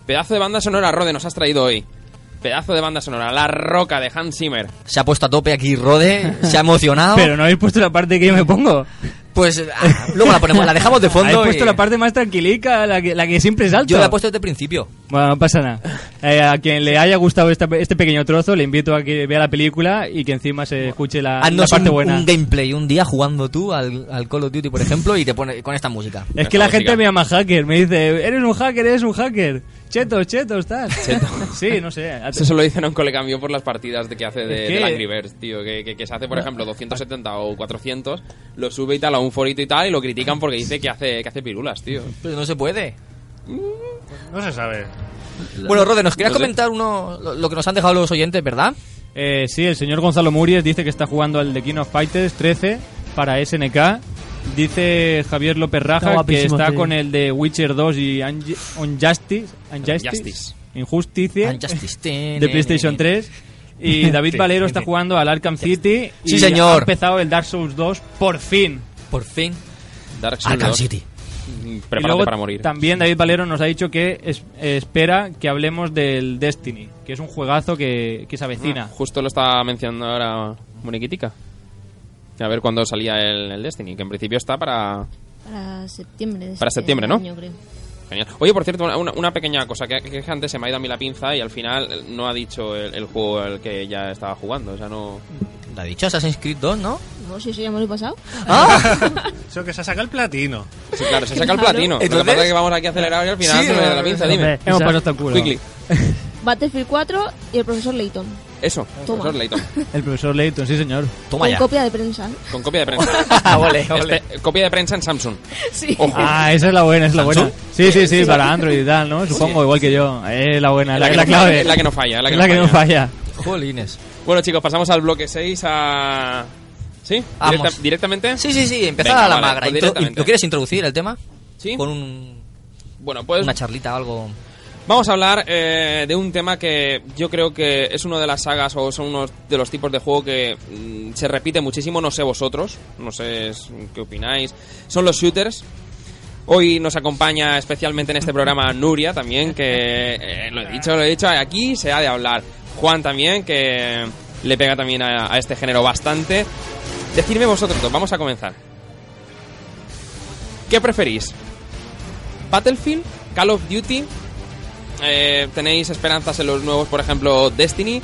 Speaker 2: Pedazo de banda sonora, Rode, nos has traído hoy. Pedazo de banda sonora, La Roca de Hans Zimmer.
Speaker 3: Se ha puesto a tope aquí Rode, se ha emocionado.
Speaker 6: Pero no habéis puesto la parte que yo me pongo.
Speaker 3: Pues ah, luego la ponemos, la dejamos de fondo.
Speaker 6: Habéis puesto
Speaker 3: y-
Speaker 6: la parte más tranquilica, la que, la que siempre salto.
Speaker 3: Yo la he puesto desde el principio.
Speaker 6: Bueno, no pasa nada. Eh, a quien le haya gustado esta- este pequeño trozo, le invito a que vea la película y que encima se escuche la, Ah, la
Speaker 3: Haznos
Speaker 6: parte
Speaker 3: Ah, un,
Speaker 6: buena.
Speaker 3: un gameplay un día jugando tú al, al Call of Duty, por ejemplo, y te pone con esta música.
Speaker 6: Es que la
Speaker 2: Esta música.
Speaker 6: gente me llama hacker, me dice, eres un hacker, eres un hacker. Cheto, cheto, estás.
Speaker 2: Cheto.
Speaker 6: Sí, no sé.
Speaker 2: Eso se lo dicen a un colega mío por las partidas de que hace de,
Speaker 6: Es que- Ah.
Speaker 2: del Angry Birds, tío. Que, que- que se hace, por ejemplo, 270 o 400, lo sube y tal a un forito y tal, y lo critican porque dice que hace, que hace pirulas, tío.
Speaker 3: Pero no se puede.
Speaker 4: No se sabe.
Speaker 3: Bueno, Rode, nos querías
Speaker 2: No sé.
Speaker 3: comentar uno, lo, lo que nos han dejado los oyentes, ¿verdad?
Speaker 6: Eh, sí, el señor Gonzalo Muries dice que está jugando al The King of Fighters 13 para SNK. Dice Javier López
Speaker 7: Está
Speaker 6: Raja que
Speaker 7: guapísimo,
Speaker 6: está
Speaker 7: tío.
Speaker 6: con el de Witcher 2 y Unju- Unjustice. Unjustice.
Speaker 2: Unjustice.
Speaker 3: Ah,
Speaker 6: Injusticia.
Speaker 3: Unjustice.
Speaker 6: de PlayStation 3. Y David Valero está jugando al Arkham City.
Speaker 3: Sí,
Speaker 6: y
Speaker 3: señor.
Speaker 6: Ha empezado el Dark Souls 2 por fin.
Speaker 3: Por fin.
Speaker 2: Dark Souls
Speaker 3: Arkham
Speaker 2: 2.
Speaker 3: City.
Speaker 6: Y
Speaker 2: prepárate
Speaker 6: luego
Speaker 2: para morir.
Speaker 6: También David Valero nos ha dicho que es- espera que hablemos del Destiny, que es un juegazo que, que se
Speaker 2: Ah,
Speaker 6: avecina.
Speaker 2: justo lo estaba mencionando ahora Moniquitica. A ver cuándo salía el, el Destiny, que en principio está para...
Speaker 8: Para septiembre. de
Speaker 2: Para
Speaker 8: este
Speaker 2: septiembre, ¿no?
Speaker 8: año, creo.
Speaker 2: Genial. Oye, por cierto, una, una- una pequeña cosa, que, que antes se me ha ido a mí la pinza y al final no ha dicho el, el juego al que ya estaba jugando, o sea, no...
Speaker 3: Lo ha dicho Assassin's Creed 2, ¿no?
Speaker 8: No, si eso ya me lo he pasado.
Speaker 4: Eso que se ha sacado el platino.
Speaker 2: Sí, claro, se saca el platino. Lo
Speaker 3: Entonces-
Speaker 2: que pasa es que vamos aquí acelerado y al final
Speaker 3: Sí,
Speaker 2: se me da la pinza, dime.
Speaker 6: Hemos pasado hasta el culo.
Speaker 2: Quickly.
Speaker 8: Battlefield 4 y el profesor Layton.
Speaker 2: Eso,
Speaker 8: Toma.
Speaker 2: profesor Layton.
Speaker 6: Ah. El profesor Layton, sí señor.
Speaker 3: Toma
Speaker 8: con
Speaker 3: ya.
Speaker 8: copia de prensa. ¿no?
Speaker 2: Con copia de prensa.
Speaker 3: Ole, ole.
Speaker 2: Este, copia de prensa en Samsung.
Speaker 8: Sí.
Speaker 2: Ojo.
Speaker 6: Ah, esa es la buena, es la buena. Sí, sí, sí, para Android y tal, ¿no? Supongo, igual que yo. Es la buena,
Speaker 2: Es
Speaker 6: la,
Speaker 2: que
Speaker 6: la
Speaker 2: no-
Speaker 6: clave.
Speaker 2: es la que no falla, es la que
Speaker 6: Es
Speaker 2: no falla.
Speaker 6: falla.
Speaker 3: Jolines.
Speaker 2: Bueno, chicos, pasamos al bloque 6 a... ¿Sí?
Speaker 3: Vamos.
Speaker 2: Directa- ¿Directamente?
Speaker 3: Sí, sí, sí, empezar
Speaker 2: Venga,
Speaker 3: a la
Speaker 2: vale,
Speaker 3: magra.
Speaker 2: pues
Speaker 3: Intro-
Speaker 2: directamente.
Speaker 3: ¿Lo quieres introducir el tema?
Speaker 2: ¿Sí?
Speaker 3: Con un-
Speaker 2: Bueno, pues
Speaker 3: una charlita o algo.
Speaker 2: Vamos a hablar eh, de un tema que yo creo que es una de las sagas o son uno de los tipos de juego que mm, se repite muchísimo, no sé vosotros, no sé es- qué opináis, son los shooters. Hoy nos acompaña especialmente en este programa Nuria también, que eh, lo he dicho, lo he dicho, aquí se ha de hablar. Juan también, que le pega también a, a este género bastante. Decidme vosotros, dos, vamos a comenzar. ¿Qué preferís? ¿Battlefield? ¿Call of Duty? Eh, ¿Tenéis esperanzas en los nuevos, por ejemplo, Destiny?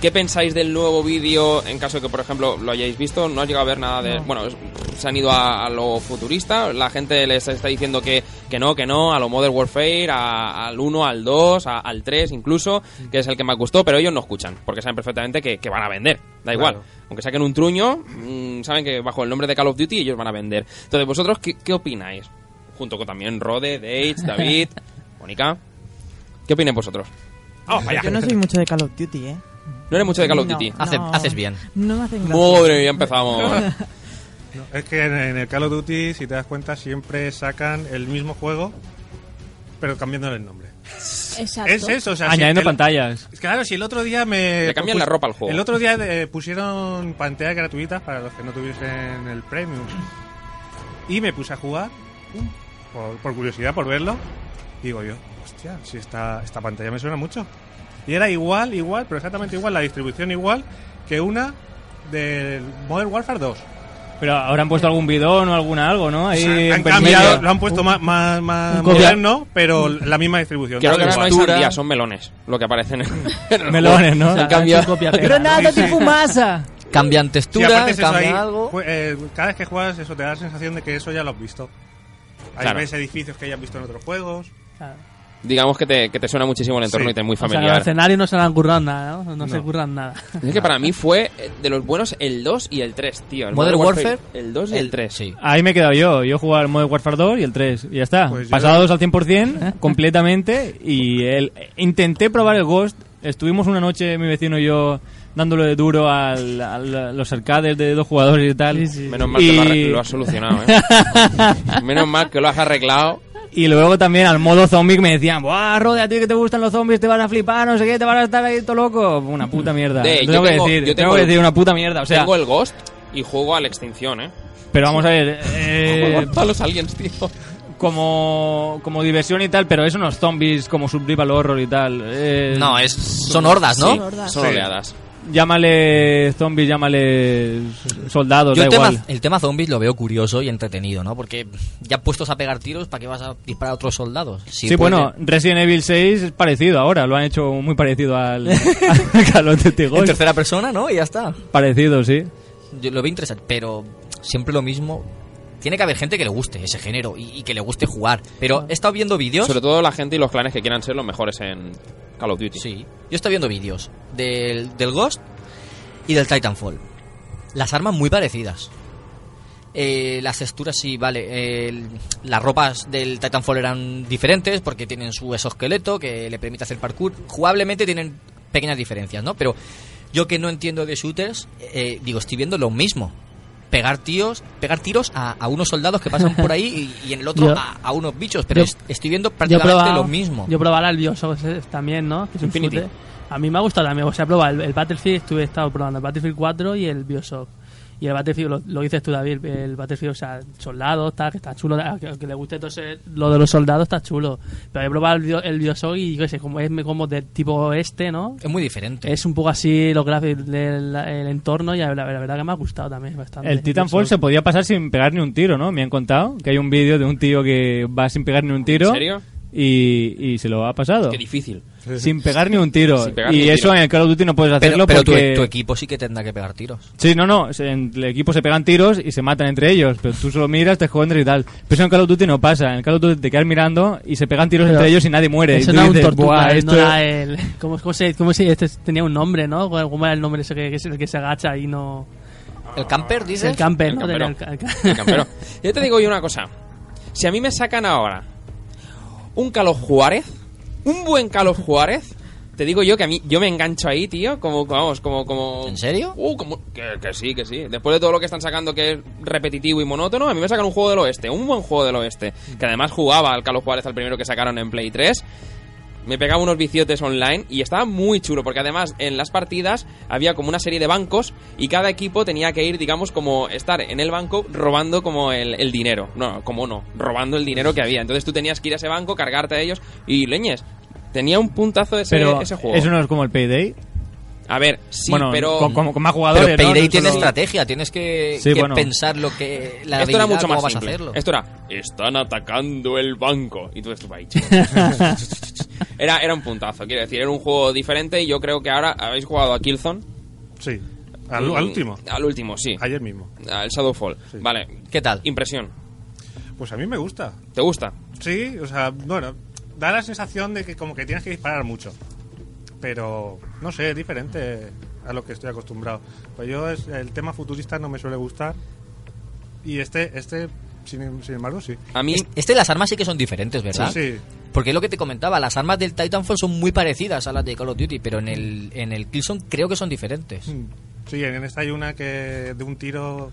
Speaker 2: ¿Qué pensáis del nuevo vídeo en caso de que, por ejemplo, lo hayáis visto? No has llegado a ver nada de... Bueno, es- se han ido a, a lo futurista. La gente les está diciendo que, que no, que no, a lo Modern Warfare, a- al 1, al 2, a- al 3 incluso, que es el que más gustó, pero ellos no escuchan, porque saben perfectamente que, que van a vender. Da igual. Aunque saquen un truño, mm, saben que bajo el nombre de Call of Duty ellos van a vender. Entonces, ¿vosotros qué, qué opináis? Junto con también Rode, Dage, David, Mónica. ¿Qué opináis vosotros? Vamos para
Speaker 5: Yo
Speaker 2: allá.
Speaker 5: no soy mucho de Call of Duty, ¿eh?
Speaker 2: No eres mucho de Call of
Speaker 5: No,
Speaker 2: Duty.
Speaker 3: Hace-
Speaker 5: no.
Speaker 3: haces bien.
Speaker 5: No me hacen gracia.
Speaker 2: Madre mía, empezamos.
Speaker 4: No, es que en, en el Call of Duty, si te das cuenta, siempre sacan el mismo juego, pero cambiándole el nombre.
Speaker 8: Exacto.
Speaker 4: Es eso, o sea, si
Speaker 6: Añadiendo
Speaker 4: el-
Speaker 6: pantallas.
Speaker 4: Claro, si el otro día me.
Speaker 2: Le cambian la ropa al juego.
Speaker 4: El otro día eh, pusieron pantallas gratuitas para los que no tuviesen el premium. Y me puse a jugar, pum, por, por curiosidad, por verlo. Digo yo, hostia, si esta, esta pantalla me suena mucho. Y era igual, igual, pero exactamente igual, la distribución igual que una del Modern Warfare 2.
Speaker 6: Pero ahora han puesto algún bidón o alguna algo, ¿no? Ahí en
Speaker 4: han
Speaker 6: permedio.
Speaker 4: cambiado, lo han puesto más, más, más
Speaker 6: un copia-
Speaker 4: moderno, pero la misma distribución.
Speaker 2: Creo que ahora
Speaker 4: Tal
Speaker 2: no
Speaker 4: cual.
Speaker 2: hay sandía, son melones lo que aparecen. en el
Speaker 6: Melones,
Speaker 2: juego.
Speaker 6: ¿no?
Speaker 2: Han cambiado.
Speaker 6: Granada de
Speaker 3: fumasa. Cambian
Speaker 4: Sí,
Speaker 3: textura,
Speaker 4: aparte es eso,
Speaker 3: cambian
Speaker 4: ahí,
Speaker 3: ¿eh? algo.
Speaker 2: pues,
Speaker 4: jue- eh, cada vez que juegas eso te da la sensación de que eso ya lo has visto. Hay
Speaker 2: Claro.
Speaker 4: ves edificios que hayas visto en otros juegos.
Speaker 7: Claro.
Speaker 2: Digamos que te, que te suena muchísimo el entorno
Speaker 4: Sí.
Speaker 2: y te es muy
Speaker 7: O sea, los
Speaker 2: familiar.
Speaker 7: escenarios no se han currado nada, ¿no? No, se
Speaker 4: No.
Speaker 7: curran nada.
Speaker 2: Es que para mí fue eh, de los buenos el 2 y el 3, tío. El
Speaker 3: Modern Warfare,
Speaker 2: El 2 y el 3.
Speaker 3: Sí.
Speaker 6: Ahí me he quedado yo. Yo jugaba al Modern Warfare 2 y el 3. Y ya está.
Speaker 4: Pues yo-
Speaker 6: Pasados al 100% completamente. Y el, intenté probar el Ghost. Estuvimos una noche, mi vecino y yo, dándole de duro al, al- a los arcades de dos jugadores y tal.
Speaker 2: Menos mal que
Speaker 6: Y-
Speaker 2: lo, ha- lo has solucionado, ¿eh? Menos mal que lo has arreglado.
Speaker 6: Y luego también al modo zombie que me decían, ¡buah, Rode, a ti que te gustan los zombies, te vas a flipar, no sé qué, te vas a estar ahí todo loco! Una puta mierda.
Speaker 2: De-
Speaker 6: tengo
Speaker 2: yo
Speaker 6: que
Speaker 2: tengo-
Speaker 6: decir,
Speaker 2: yo
Speaker 6: tengo,
Speaker 2: tengo
Speaker 6: que
Speaker 2: el-
Speaker 6: decir una puta mierda, o sea.
Speaker 2: Tengo el Ghost y juego a la extinción, ¿eh?
Speaker 6: Pero vamos a ver, eh,
Speaker 2: Aguanta a los aliens, tío.
Speaker 6: como, como diversión y tal, pero eso no es zombies como Survival Horror y tal. eh,
Speaker 3: No, es, son hordas, ¿no?
Speaker 2: Sí, son
Speaker 4: Sí.
Speaker 2: oleadas.
Speaker 6: Llámale zombies, llámale soldados,
Speaker 3: Yo
Speaker 6: da
Speaker 3: el tema,
Speaker 6: igual.
Speaker 3: el tema zombies lo veo curioso y entretenido, ¿no? Porque ya puestos a pegar tiros, ¿para qué vas a disparar a otros soldados? Si
Speaker 6: Sí,
Speaker 3: puede-
Speaker 6: bueno, Resident Evil 6 es parecido ahora, lo han hecho muy parecido al, al Call of Duty
Speaker 3: En
Speaker 6: Ghost.
Speaker 3: tercera persona, ¿no? Y ya está.
Speaker 6: Parecido, sí.
Speaker 3: Yo lo veo interesante, pero siempre lo mismo. Tiene que haber gente que le guste ese género y, y que le guste jugar. Pero he estado viendo vídeos.
Speaker 2: Sobre todo la gente y los clanes que quieran ser los mejores en Call of Duty.
Speaker 3: Sí. Yo estoy viendo vídeos del, del Ghost y del Titanfall. Las armas muy parecidas. Eh, las texturas sí, vale. el- las ropas del Titanfall eran diferentes porque tienen su exoesqueleto que le permite hacer parkour. Jugablemente tienen pequeñas diferencias, ¿no? Pero yo que no entiendo de shooters, eh, digo, estoy viendo lo mismo. Pegar tíos, pegar tiros a, a unos soldados que pasan por ahí y, y en el otro
Speaker 7: Yo-
Speaker 3: a, a unos bichos, pero
Speaker 7: yo-
Speaker 3: es- estoy viendo prácticamente lo mismo.
Speaker 7: Yo probaba el Bioshock eh, también, ¿no? Que es un
Speaker 2: Infinity.
Speaker 7: shooter. A mí me ha gustado también. O sea, he probado el, el Battlefield, estuve he estado probando el Battlefield 4 y el Bioshock. Y el Battlefield, lo, lo dices tú, David, el Battlefield, o sea, soldados, tal, que está chulo, tal, que, que le guste todo ese- lo de los soldados está chulo. Pero he probado el, bio- el Bioshock y, yo qué sé, como es como de tipo este, ¿no?
Speaker 3: Es muy diferente.
Speaker 7: Es un poco así los gráficos del el entorno y la, la verdad que me ha gustado también bastante.
Speaker 6: El Titanfall se
Speaker 7: Bioshock.
Speaker 6: podía pasar sin pegar ni un tiro, ¿no? Me han contado que hay un vídeo de un tío que va sin pegar ni un tiro.
Speaker 2: ¿En serio?
Speaker 6: Y, y se lo ha pasado.
Speaker 2: Qué difícil.
Speaker 6: Sin pegar ni un tiro.
Speaker 2: Sin pegar
Speaker 6: y
Speaker 2: ni un
Speaker 6: eso
Speaker 2: tiro.
Speaker 6: en el Call of Duty no puedes
Speaker 3: pero
Speaker 6: hacerlo
Speaker 3: pero tu- e-,
Speaker 6: porque...
Speaker 3: tu, equipo sí que tendrá que pegar tiros.
Speaker 6: Sí, no, no. se- En el equipo se pegan tiros y se matan entre ellos. Pero tú solo miras, te escondes y tal. Pero eso en Call of Duty no pasa. En el Call of Duty te quedas mirando y se pegan tiros
Speaker 7: Pero
Speaker 6: entre ellos y nadie muere.
Speaker 7: Eso
Speaker 6: y tú
Speaker 7: era un
Speaker 6: dices,
Speaker 7: tortuga, eh,
Speaker 6: "Buah,
Speaker 7: no
Speaker 6: esto
Speaker 7: era el... ¿Cómo, cómo se, cómo se- este tenía un nombre, no? ¿Cómo era el nombre ese que, que es el que se agacha y no...?
Speaker 3: ¿El camper, dices?
Speaker 7: El camper,
Speaker 2: El
Speaker 7: ¿no?
Speaker 2: campero.
Speaker 7: Tenía el ca-
Speaker 2: El campero. Yo te digo yo una cosa. Si a mí me sacan ahora un Carlos Juárez, un buen Carlos Juárez, te digo yo que a mí yo me engancho ahí, tío, como vamos, como como
Speaker 3: ¿En serio?
Speaker 2: Uh, como que, que sí, que sí. Después de todo lo que están sacando que es repetitivo y monótono, a mí me sacan un juego del oeste, un buen juego del oeste, que además jugaba al Carlos Juárez al primero que sacaron en Play 3. Me pegaba unos viciotes online y estaba muy chulo, porque además en las partidas había como una serie de bancos y cada equipo tenía que ir, digamos, como estar en el banco robando como el, el dinero. No, como no, robando el dinero que había. Entonces tú tenías que ir a ese banco, cargarte a ellos y leñes. Tenía un puntazo ese,
Speaker 6: Pero
Speaker 2: ese juego.
Speaker 6: eso no es como el Payday.
Speaker 2: A ver, sí,
Speaker 6: bueno,
Speaker 2: pero.
Speaker 6: con, con- con más
Speaker 3: Pero
Speaker 6: jugadores. ¿no?
Speaker 3: Payday
Speaker 6: No
Speaker 3: tiene
Speaker 6: solo-
Speaker 3: estrategia, tienes que,
Speaker 6: Sí,
Speaker 3: que
Speaker 6: bueno.
Speaker 3: pensar lo que la
Speaker 2: Esto era
Speaker 3: habilidad,
Speaker 2: mucho
Speaker 3: cómo
Speaker 2: más
Speaker 3: vas
Speaker 2: simple.
Speaker 3: a hacerlo.
Speaker 2: Esto era, están atacando el banco. Y tú eres tu era, era un puntazo, quiero decir, era un juego diferente y yo creo que ahora habéis jugado a Killzone.
Speaker 4: Sí. Al,
Speaker 2: Mm,
Speaker 4: al último.
Speaker 2: Al último, sí.
Speaker 4: Ayer mismo.
Speaker 2: Al Shadowfall.
Speaker 4: Sí.
Speaker 2: Vale.
Speaker 3: ¿Qué tal?
Speaker 2: Impresión.
Speaker 4: Pues a mí me gusta.
Speaker 2: ¿Te gusta?
Speaker 4: Sí, o sea, bueno, da la sensación de que como que tienes que disparar mucho. Pero, no sé, es diferente a lo que estoy acostumbrado. Pues yo es- el tema futurista no me suele gustar. Y este, este sin, sin embargo, sí.
Speaker 2: A mí.
Speaker 3: Es- Este, las armas sí que son diferentes, ¿verdad?
Speaker 4: Sí,
Speaker 3: Porque es lo que te comentaba, las armas del Titanfall son muy parecidas a las de Call of Duty, pero en el, en el Killzone creo que son diferentes.
Speaker 4: sí. Mm. Sí, en esta hay una que de un tiro,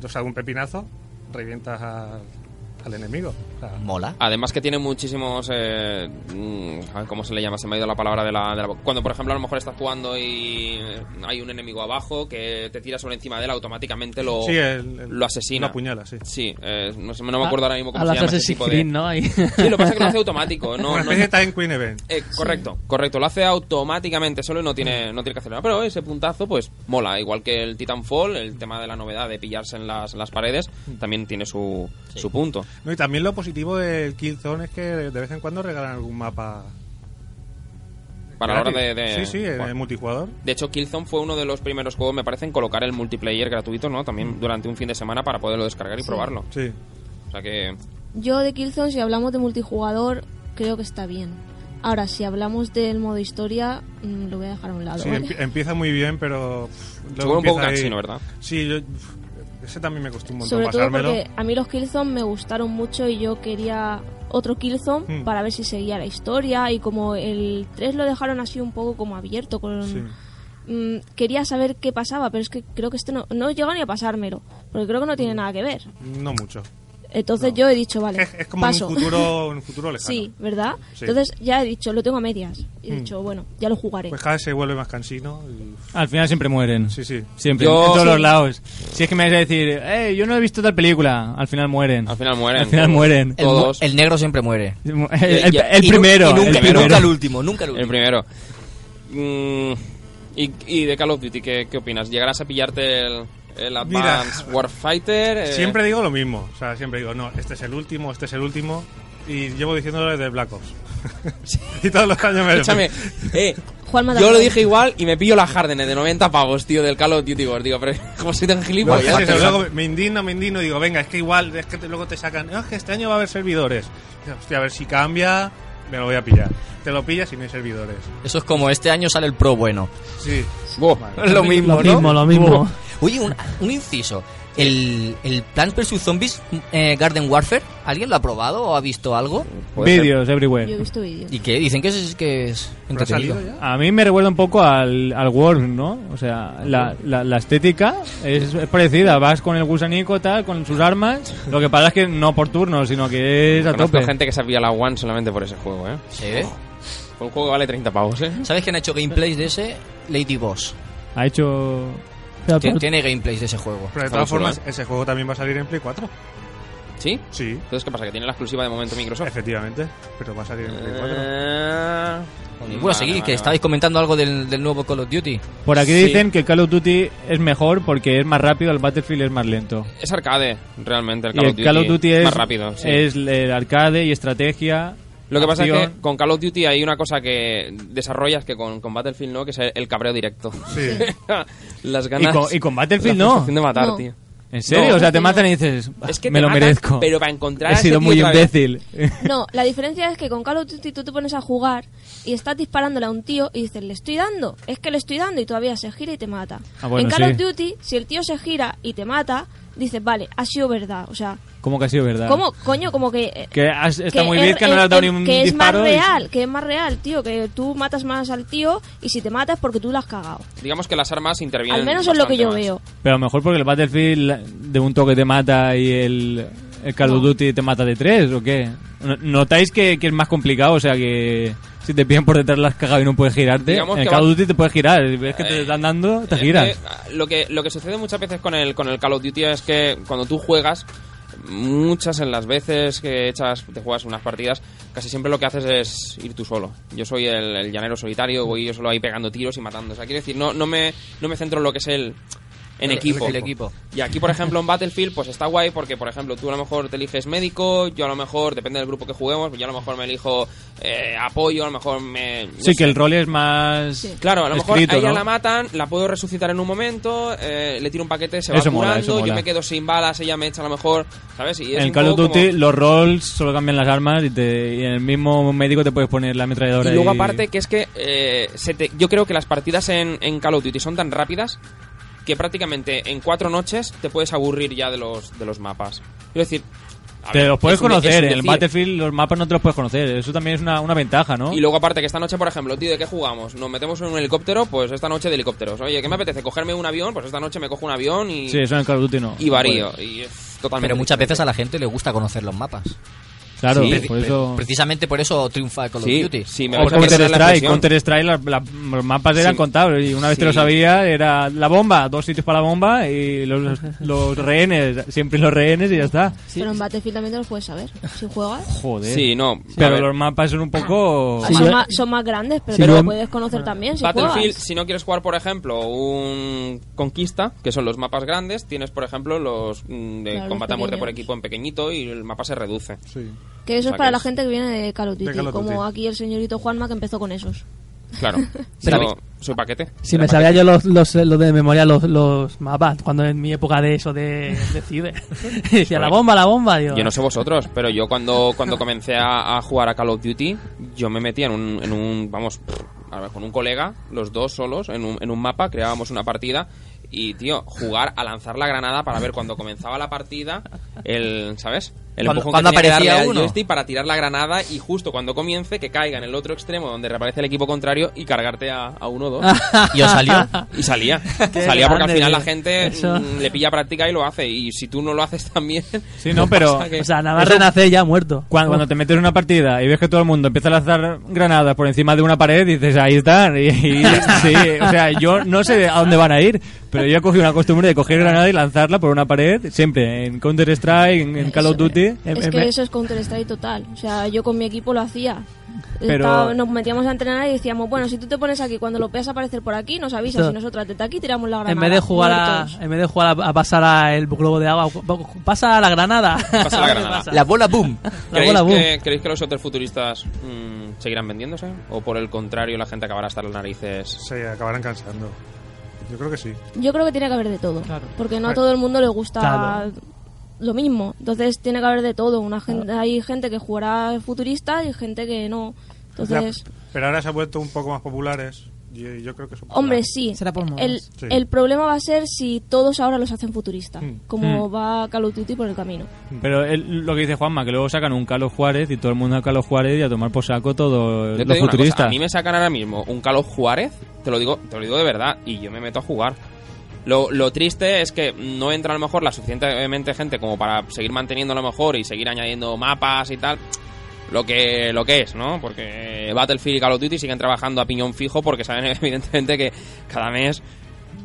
Speaker 4: o sea, un pepinazo, revientas al- al enemigo. O sea,
Speaker 3: Mola.
Speaker 2: Además que tiene muchísimos... eh, mm, ay, ¿Cómo se le llama? Se me ha ido la palabra de la, de la boca. Cuando, por ejemplo, a lo mejor estás jugando y hay un enemigo abajo que te tira sobre encima de él, automáticamente lo,
Speaker 4: Sí, el- el-
Speaker 2: lo asesina.
Speaker 4: lo apuñala, sí.
Speaker 2: Sí, eh, no, sé, no me acuerdo ahora mismo cómo
Speaker 7: a
Speaker 2: se
Speaker 7: las
Speaker 2: llama ese
Speaker 7: Ah, Assassin's
Speaker 2: tipo
Speaker 7: Creed,
Speaker 2: de...
Speaker 7: ¿no? Ahí.
Speaker 2: Sí, lo que pasa es que lo hace automático. No,
Speaker 4: una
Speaker 2: no-
Speaker 4: especie de Time Queen Event.
Speaker 2: eh, correcto, correcto. Lo hace automáticamente solo y no tiene, no tiene que hacer nada. Pero ese puntazo, pues, mola. Igual que el Titanfall, el tema de la novedad de pillarse en las, las paredes, también tiene su, su punto.
Speaker 4: No, y también lo positivo del Killzone es que de vez en cuando regalan algún mapa.
Speaker 2: Para la hora de...
Speaker 4: gratis.
Speaker 2: de-
Speaker 4: Sí, sí, en el multijugador.
Speaker 2: De hecho, Killzone fue uno de los primeros juegos, me parece, en colocar el multiplayer gratuito, ¿no? También durante un fin de semana para poderlo descargar y probarlo.
Speaker 4: Mm. Sí.
Speaker 2: O sea que...
Speaker 8: Yo de Killzone, si hablamos de multijugador, creo que está bien. Ahora, si hablamos del modo historia, mm, lo voy a dejar a un lado.
Speaker 4: Sí,
Speaker 8: ¿vale?
Speaker 4: empie- empieza muy bien, pero. pff, luego
Speaker 2: Se vuelve un poco
Speaker 4: empieza ahí-
Speaker 2: cansino, ¿verdad?
Speaker 4: Sí, yo- pff, ese también me costó un montón
Speaker 8: Sobre todo
Speaker 4: pasármelo.
Speaker 8: porque a mí los Killzone me gustaron mucho y yo quería otro Killzone
Speaker 4: Hmm.
Speaker 8: para ver si seguía la historia y como el 3 lo dejaron así un poco como abierto con...
Speaker 4: Sí.
Speaker 8: Mm, quería saber qué pasaba, pero es que creo que este no, no llega ni a pasármelo, porque creo que no tiene nada que ver.
Speaker 4: No mucho.
Speaker 8: Entonces yo he dicho, vale,
Speaker 4: Es, es como
Speaker 8: paso.
Speaker 4: un futuro, un futuro lejano.
Speaker 8: sí, ¿verdad?
Speaker 4: Sí.
Speaker 8: Entonces ya he dicho, lo tengo a medias. He
Speaker 4: Hmm.
Speaker 8: dicho, bueno, ya lo jugaré.
Speaker 4: Pues cada vez se vuelve más cansino. y-
Speaker 6: Al final siempre mueren.
Speaker 4: Sí, sí.
Speaker 6: Siempre,
Speaker 2: Yo-
Speaker 6: en todos
Speaker 2: Sí.
Speaker 6: los lados. Si es que me vais a decir, "Eh, yo no he visto tal película, al final mueren.
Speaker 2: Al final mueren.
Speaker 6: Al final
Speaker 2: todos.
Speaker 6: mueren.
Speaker 3: El,
Speaker 2: Todos.
Speaker 3: el negro siempre muere.
Speaker 6: El, el-
Speaker 2: Y- y-
Speaker 6: el
Speaker 3: Y nu-
Speaker 6: primero.
Speaker 3: y nunca,
Speaker 6: el primero.
Speaker 3: nunca el último, nunca el
Speaker 2: El
Speaker 3: último.
Speaker 2: primero. Mm, y, y de Call of Duty qué, qué opinas? ¿Llegarás a pillarte el, el
Speaker 4: Mira,
Speaker 2: Advanced Warfighter? Eh,
Speaker 4: Siempre digo lo mismo. O sea, siempre digo, no, este es el último, este es el último. Y llevo diciéndolo desde Black Ops. y todos los años me lo-
Speaker 2: Escúchame, eh,
Speaker 8: Juan
Speaker 2: yo
Speaker 8: Madalón.
Speaker 2: lo dije igual y me pillo la Hardener de 90 pavos, tío, del Call of Duty. Gore. Digo, pero como soy tan
Speaker 4: Luego,
Speaker 2: gilipollas.
Speaker 4: es eso, luego me indigno, me indigno, digo, venga, es que igual, es que te- luego te sacan, "No, es que este año va a haber servidores. Dices, Hostia, a ver si cambia, me lo voy a pillar. Te lo pillas y no hay servidores.
Speaker 3: Eso es como este año sale el pro bueno.
Speaker 4: Sí.
Speaker 2: Buah.
Speaker 3: Lo mismo,
Speaker 7: lo
Speaker 3: ¿no?
Speaker 7: mismo, lo mismo.
Speaker 3: Oye, un, un inciso. El, el Plants vs. Zombies eh, Garden Warfare, ¿alguien lo ha probado o ha visto algo?
Speaker 2: Puede ser.
Speaker 6: Vídeos
Speaker 8: Yo he
Speaker 6: everywhere.
Speaker 8: visto vídeos.
Speaker 3: ¿Y que Dicen que es, que es
Speaker 4: ¿Pero ha
Speaker 3: entretenido.
Speaker 4: salido ya?
Speaker 6: A mí me recuerda un poco al, al Worms, ¿no? O sea, la, la- la estética es, es parecida. Vas con el gusanico, tal, con sus armas. Lo que pasa es que no por turno, sino que es a
Speaker 2: Conozco
Speaker 6: tope.
Speaker 2: gente que se pilla la One solamente por ese juego, eh.
Speaker 3: Sí.
Speaker 2: Fue un juego que vale 30 pavos, eh.
Speaker 3: ¿Sabes quién ha hecho gameplays de ese? Lady Boss.
Speaker 6: Ha hecho...
Speaker 7: Pero
Speaker 3: Ti-
Speaker 7: por-
Speaker 3: Tiene gameplays de ese juego.
Speaker 4: Pero de
Speaker 2: Está
Speaker 4: todas
Speaker 2: muy chula,
Speaker 4: formas, ese juego también va a salir en Play 4.
Speaker 2: ¿Sí?
Speaker 4: Sí,
Speaker 2: Entonces, ¿qué pasa? ¿Que tiene la exclusiva de momento Microsoft?
Speaker 4: efectivamente. Pero va a salir en Play 4.
Speaker 2: Eh,
Speaker 3: Bueno,
Speaker 2: vale,
Speaker 3: seguid,
Speaker 2: vale,
Speaker 3: que
Speaker 2: vale.
Speaker 3: estabais comentando algo del, del nuevo Call of Duty.
Speaker 6: Por aquí
Speaker 2: Sí.
Speaker 6: dicen que Call of Duty es mejor porque es más rápido, el Battlefield es más lento.
Speaker 2: Es arcade, realmente, el
Speaker 6: y el Call of Duty es
Speaker 2: más rápido. sí.
Speaker 6: es el arcade y estrategia.
Speaker 2: Lo que pasa es que
Speaker 6: acción.
Speaker 2: con Call of Duty hay una cosa que desarrollas que con, con Battlefield no, que es el, el cabreo directo.
Speaker 4: Sí.
Speaker 2: Las ganas.
Speaker 6: Y con- y con Battlefield
Speaker 2: la
Speaker 6: no.
Speaker 2: frustración de matar,
Speaker 8: No.
Speaker 2: tío.
Speaker 6: ¿En serio?
Speaker 2: No,
Speaker 6: o sea, te
Speaker 8: no.
Speaker 6: matan y dices,
Speaker 2: Es que
Speaker 6: me
Speaker 2: te
Speaker 6: lo
Speaker 2: matan,
Speaker 6: merezco.
Speaker 2: pero para encontrar a
Speaker 6: He
Speaker 2: ese
Speaker 6: sido
Speaker 2: tío
Speaker 6: muy
Speaker 2: otra vez.
Speaker 6: imbécil.
Speaker 8: No, la diferencia es que con Call of Duty tú te pones a jugar y estás disparándole a un tío y dices, le estoy dando, es que le estoy dando y todavía se gira y te mata.
Speaker 6: Ah, bueno,
Speaker 8: en Call
Speaker 6: sí.
Speaker 8: of Duty, si el tío se gira y te mata, dices, vale, ha sido verdad. O sea,
Speaker 6: ¿Cómo que ha sido verdad?
Speaker 8: ¿cómo, coño, como que... eh,
Speaker 6: Que has- está
Speaker 8: que
Speaker 6: muy
Speaker 8: es-
Speaker 6: bien que no
Speaker 8: es-
Speaker 6: le has dado ni
Speaker 8: es-
Speaker 6: un
Speaker 8: que es más
Speaker 6: disparo. y-
Speaker 8: real, que es más real, tío, que tú matas más al tío y si te matas porque tú lo has cagado.
Speaker 2: Digamos que las armas intervienen.
Speaker 8: Al menos es lo que
Speaker 2: bastante
Speaker 8: yo
Speaker 2: más.
Speaker 8: veo.
Speaker 6: Pero a lo mejor porque el Battlefield de un toque te mata y el, el Call of Duty te mata de tres, ¿o qué? No- ¿Notáis que, que es más complicado? O sea, que si te pillan por detrás las cagado y no puedes girarte,
Speaker 2: Digamos
Speaker 6: en el
Speaker 2: que
Speaker 6: Call of
Speaker 2: va- Eh,
Speaker 6: Duty te puedes girar. Si ves que te están dando, te
Speaker 2: Es que,
Speaker 6: giras.
Speaker 2: ah, lo, que, lo que sucede muchas veces con el, con el Call of Duty es que cuando tú juegas, muchas en las veces que echas, te juegas unas partidas, casi siempre lo que haces es ir tú solo. Yo soy el, el llanero solitario, voy yo solo ahí pegando tiros y matando. O sea, quiero decir, no, no, me, no me centro en lo que es el... En
Speaker 3: El-
Speaker 2: equipo.
Speaker 3: el equipo.
Speaker 2: Y aquí, por ejemplo, en Battlefield, pues está guay porque, por ejemplo, tú a lo mejor te eliges médico, yo a lo mejor, depende del grupo que juguemos, yo a lo mejor me elijo eh, apoyo, a lo mejor me... no
Speaker 6: Sí,
Speaker 2: sé.
Speaker 6: que el rol es más.
Speaker 2: pues Claro, a lo mejor
Speaker 6: escrito,
Speaker 2: a ella
Speaker 6: ¿no?
Speaker 2: la matan, la puedo resucitar en un momento, eh, le tiro un paquete, se va
Speaker 6: Eso mola,
Speaker 2: curando,
Speaker 6: eso
Speaker 2: yo
Speaker 6: mola.
Speaker 2: me quedo sin balas, ella me echa a lo mejor, ¿sabes? Y es
Speaker 6: En
Speaker 2: un
Speaker 6: Call of
Speaker 2: poco
Speaker 6: Duty
Speaker 2: como-
Speaker 6: los rolls solo cambian las armas y, te, y en el mismo médico te puedes poner la ametralladora.
Speaker 2: Y luego aparte que es que eh, se te- yo creo que las partidas en, en Call of Duty son tan rápidas que prácticamente en cuatro noches te puedes aburrir ya de los, de los mapas. Quiero decir... a
Speaker 6: Te
Speaker 2: ver,
Speaker 6: los puedes
Speaker 2: es un de- es un
Speaker 6: conocer, en el
Speaker 2: decir.
Speaker 6: Battlefield los mapas no te los puedes conocer, eso también es una, una ventaja, ¿no?
Speaker 2: Y luego aparte que esta noche, por ejemplo, tío, ¿de qué jugamos? Nos metemos en un helicóptero, pues esta noche de helicópteros. Oye, ¿qué me apetece? ¿Cogerme un avión? Pues esta noche me cojo un avión y,
Speaker 6: Sí, eso en el Call of Duty no.
Speaker 2: y varío. Y es totalmente
Speaker 3: Pero muchas
Speaker 2: diferente.
Speaker 3: veces a la gente le gusta conocer los mapas.
Speaker 6: Pues, Claro,
Speaker 2: Sí,
Speaker 6: por eso...
Speaker 3: Precisamente por eso triunfa Call
Speaker 2: Sí,
Speaker 3: of Duty.
Speaker 2: sí, me
Speaker 6: O
Speaker 2: vais a
Speaker 6: Counter
Speaker 2: perder la
Speaker 6: Strike,
Speaker 2: presión.
Speaker 6: Counter Strike, la- la- los mapas eran
Speaker 2: Sí.
Speaker 6: contables y una vez
Speaker 2: Sí.
Speaker 6: te lo sabía era la bomba, dos sitios para la bomba y los, los rehenes, siempre los rehenes y ya está.
Speaker 8: Pero en Battlefield también te lo puedes saber, si juegas. Ah,
Speaker 6: Joder.
Speaker 2: Sí, no. a
Speaker 6: Pero
Speaker 2: ver,
Speaker 6: los mapas son un poco...
Speaker 8: son,
Speaker 6: Más-
Speaker 8: ma- son más grandes, pero
Speaker 6: Sí,
Speaker 8: te lo
Speaker 6: yo-
Speaker 8: puedes
Speaker 4: Ah.
Speaker 8: conocer también si
Speaker 2: Battlefield,
Speaker 8: juegas.
Speaker 2: si no quieres jugar, por ejemplo, un Conquista, que son los mapas grandes, tienes, por ejemplo, los mm, de
Speaker 8: Claro, los
Speaker 2: combate a muerte por
Speaker 8: pequeños.
Speaker 2: equipo en pequeñito y el mapa se reduce.
Speaker 4: Sí.
Speaker 8: Que eso
Speaker 2: O sea,
Speaker 8: es para
Speaker 2: que
Speaker 8: la
Speaker 2: es-
Speaker 8: gente que viene de Call of Duty,
Speaker 4: de Call of
Speaker 8: como
Speaker 4: Duty.
Speaker 8: aquí el señorito Juanma que empezó con esos.
Speaker 2: Claro.
Speaker 3: Pero-
Speaker 2: Yo soy paquete.
Speaker 7: Si me sabía yo los, los, los de memoria los, los mapas, cuando en mi época de eso de, de ciber. Decía, la bomba, la bomba, digo.
Speaker 2: Yo no sé vosotros, pero yo cuando, cuando comencé a, a jugar a Call of Duty, yo me metía en un, en un vamos, pff, a ver, con un colega, los dos solos, en un, en un mapa, creábamos una partida y, tío, jugar a lanzar la granada para ver cuando comenzaba la partida, el, ¿sabes? El
Speaker 3: Cuando-
Speaker 2: empujón que
Speaker 3: cuando
Speaker 2: tenía que
Speaker 3: aparecía
Speaker 2: darle al
Speaker 3: uno.
Speaker 2: joystick para tirar la granada y justo cuando comience que caiga en el otro extremo donde reaparece el equipo contrario y cargarte a, a uno o dos.
Speaker 3: ¿Y os salió?
Speaker 2: Y salía.
Speaker 7: Qué
Speaker 2: salía porque al
Speaker 7: grande,
Speaker 2: final la
Speaker 7: tío.
Speaker 2: gente
Speaker 7: Eso.
Speaker 2: mm, le pilla práctica y lo hace. Y si tú no lo haces también.
Speaker 6: Sí, no, pero-
Speaker 2: pasa que-
Speaker 7: O sea, nada más
Speaker 6: Eso-
Speaker 7: renacer ya muerto.
Speaker 6: Cuando, cuando te metes en una partida y ves que todo el mundo empieza a lanzar granadas por encima de una pared, dices, ahí están. Y, y- sí, o sea, yo no sé a dónde van a ir, pero yo he cogido una costumbre de coger granada y lanzarla por una pared, siempre, en Counter-Strike, en, en Call of
Speaker 8: Eso,
Speaker 6: Duty. Eh,
Speaker 8: Es que eso es Counter-Strike total. O sea, yo con mi equipo lo hacía.
Speaker 6: Pero-
Speaker 8: Estaba- nos metíamos a entrenar y decíamos, bueno, si tú te pones aquí, cuando lo veas aparecer por aquí, nos avisas
Speaker 7: Esto-
Speaker 8: y nosotros desde aquí tiramos la granada.
Speaker 7: En vez de jugar a,
Speaker 8: Muertos.
Speaker 7: en vez de jugar a, a pasar a el globo de agua, gu- pasa a la granada.
Speaker 2: Pasa la granada.
Speaker 7: Pasa.
Speaker 3: La bola boom.
Speaker 7: La
Speaker 2: ¿Creéis,
Speaker 7: bola, boom.
Speaker 2: que, creéis que los hoteles futuristas mm, seguirán vendiéndose? ¿O por el contrario, la gente acabará hasta las narices?
Speaker 4: Se acabarán cansando. Yo creo que sí.
Speaker 8: Yo creo que tiene que haber de todo.
Speaker 7: Claro.
Speaker 8: Porque no a
Speaker 4: Claro.
Speaker 8: todo el mundo le gusta
Speaker 7: Claro.
Speaker 8: lo mismo. Entonces tiene que haber de todo. Una gente, Hay gente que jugará futurista y gente que no. Entonces,
Speaker 4: Ya, pero ahora se han vuelto un poco más populares. Y y yo creo que son
Speaker 8: hombre,
Speaker 4: populares.
Speaker 8: sí.
Speaker 5: Será por modas.
Speaker 8: el,
Speaker 4: Sí.
Speaker 8: el problema va a ser si todos ahora los hacen futurista.
Speaker 4: Mm.
Speaker 8: Como va Call of Duty por el camino.
Speaker 6: Pero el- lo que dice Juanma, que luego sacan un Carlos Juárez y todo el mundo a Carlos Juárez y a tomar por saco todo
Speaker 2: Yo te
Speaker 6: los
Speaker 2: digo una cosa,
Speaker 6: futuristas.
Speaker 2: a mí me sacan ahora mismo un Calo Juárez, te lo digo, te lo digo de verdad, y yo me meto a jugar. Lo, lo triste es que no entra a lo mejor la suficientemente gente como para seguir manteniendo a lo mejor y seguir añadiendo mapas y tal. Lo que, lo que es, ¿no? eh, Porque Battlefield y Call of Duty siguen trabajando a piñón fijo porque saben evidentemente que cada mes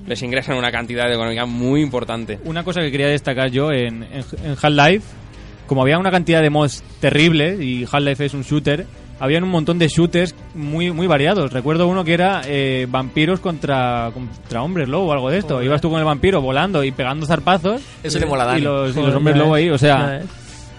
Speaker 2: les ingresan una cantidad económica muy importante.
Speaker 6: Una cosa que quería destacar yo en, en, en Half-Life, como había una cantidad de mods terribles y Half-Life es un shooter, habían un montón de shooters muy, muy variados. Recuerdo uno que era eh, vampiros contra, contra hombres lobo o algo de esto.
Speaker 7: Joder.
Speaker 6: Ibas tú con el vampiro volando y pegando zarpazos.
Speaker 3: Eso
Speaker 6: Y-
Speaker 3: le mola a Dani.
Speaker 6: Y los, y los
Speaker 7: Joder,
Speaker 6: hombres
Speaker 7: ya
Speaker 6: lobo
Speaker 7: ves,
Speaker 6: ahí, o
Speaker 7: ya
Speaker 6: sea.
Speaker 7: ves.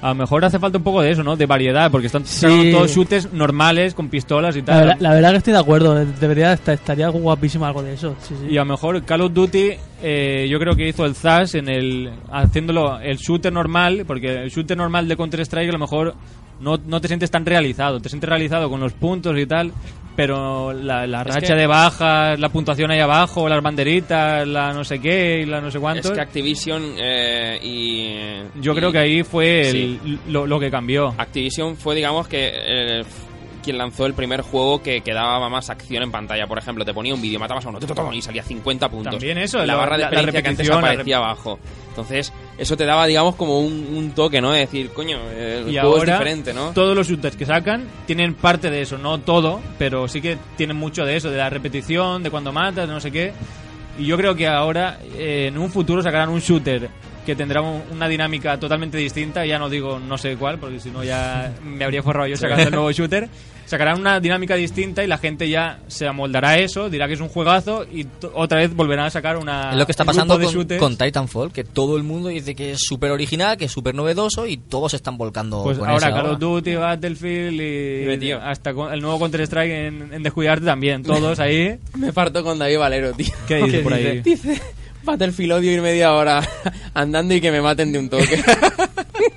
Speaker 6: A lo mejor hace falta un poco de eso, ¿no? De variedad, porque están
Speaker 7: Sí.
Speaker 6: sacando todos shooters normales, con pistolas y
Speaker 7: La
Speaker 6: tal.
Speaker 7: verdad, la verdad que estoy de acuerdo, eh, debería estar- estaría guapísimo algo de eso. sí, sí.
Speaker 6: Y a lo mejor Call of Duty, eh, yo creo que hizo el Zas en el haciéndolo el shooter normal, porque el shooter normal de Counter Strike a lo mejor no, no te sientes tan realizado, te sientes realizado con los puntos y tal, pero la, la racha de bajas, la puntuación ahí abajo, las banderitas, la no sé qué y la no sé cuánto.
Speaker 2: Es que Activision eh, y...
Speaker 6: yo
Speaker 2: y
Speaker 6: creo que ahí fue el-
Speaker 2: Sí.
Speaker 6: lo, lo que cambió.
Speaker 2: Activision fue, digamos, que eh, quien lanzó el primer juego que, que daba más acción en pantalla. Por ejemplo, te ponía un vídeo, matabas a uno, tu, tu, tu, y salía 50 puntos.
Speaker 6: También eso,
Speaker 2: la,
Speaker 6: la-
Speaker 2: barra de
Speaker 6: la- la
Speaker 2: experiencia que antes
Speaker 6: repetición, la
Speaker 2: aparecía abajo. Entonces, eso te daba, digamos, como un, un toque, ¿no? De decir, coño, el
Speaker 6: y
Speaker 2: juego
Speaker 6: ahora
Speaker 2: es diferente, ¿no?
Speaker 6: todos los shooters que sacan tienen parte de eso, no todo, pero sí que tienen mucho de eso, de la repetición, de cuando matas, de no sé qué. Y yo creo que ahora, eh, en un futuro, sacarán un shooter que tendrá un- una dinámica totalmente distinta. Ya no digo no sé cuál, porque si no ya me habría forrado yo sacando el nuevo shooter. Sacarán una dinámica distinta y la gente ya se amoldará a eso, dirá que es un juegazo y to- otra vez volverán a sacar una.
Speaker 3: Es lo que está
Speaker 6: un grupo
Speaker 3: pasando
Speaker 6: de
Speaker 3: con,
Speaker 6: shooters.
Speaker 3: con Titanfall, que todo el mundo dice que es súper original, que es súper novedoso y todos se están volcando
Speaker 6: Pues
Speaker 3: con
Speaker 6: ahora
Speaker 3: esa
Speaker 6: Call
Speaker 3: ola.
Speaker 6: of Duty, Battlefield y,
Speaker 2: Dime, tío.
Speaker 6: hasta con- el nuevo Counter Strike en, en descuidarte también. Todos ahí.
Speaker 2: Me parto con David Valero, tío.
Speaker 6: ¿Qué dice por ahí?
Speaker 2: Dice, Battlefield odio ir media hora andando y que me maten de un toque.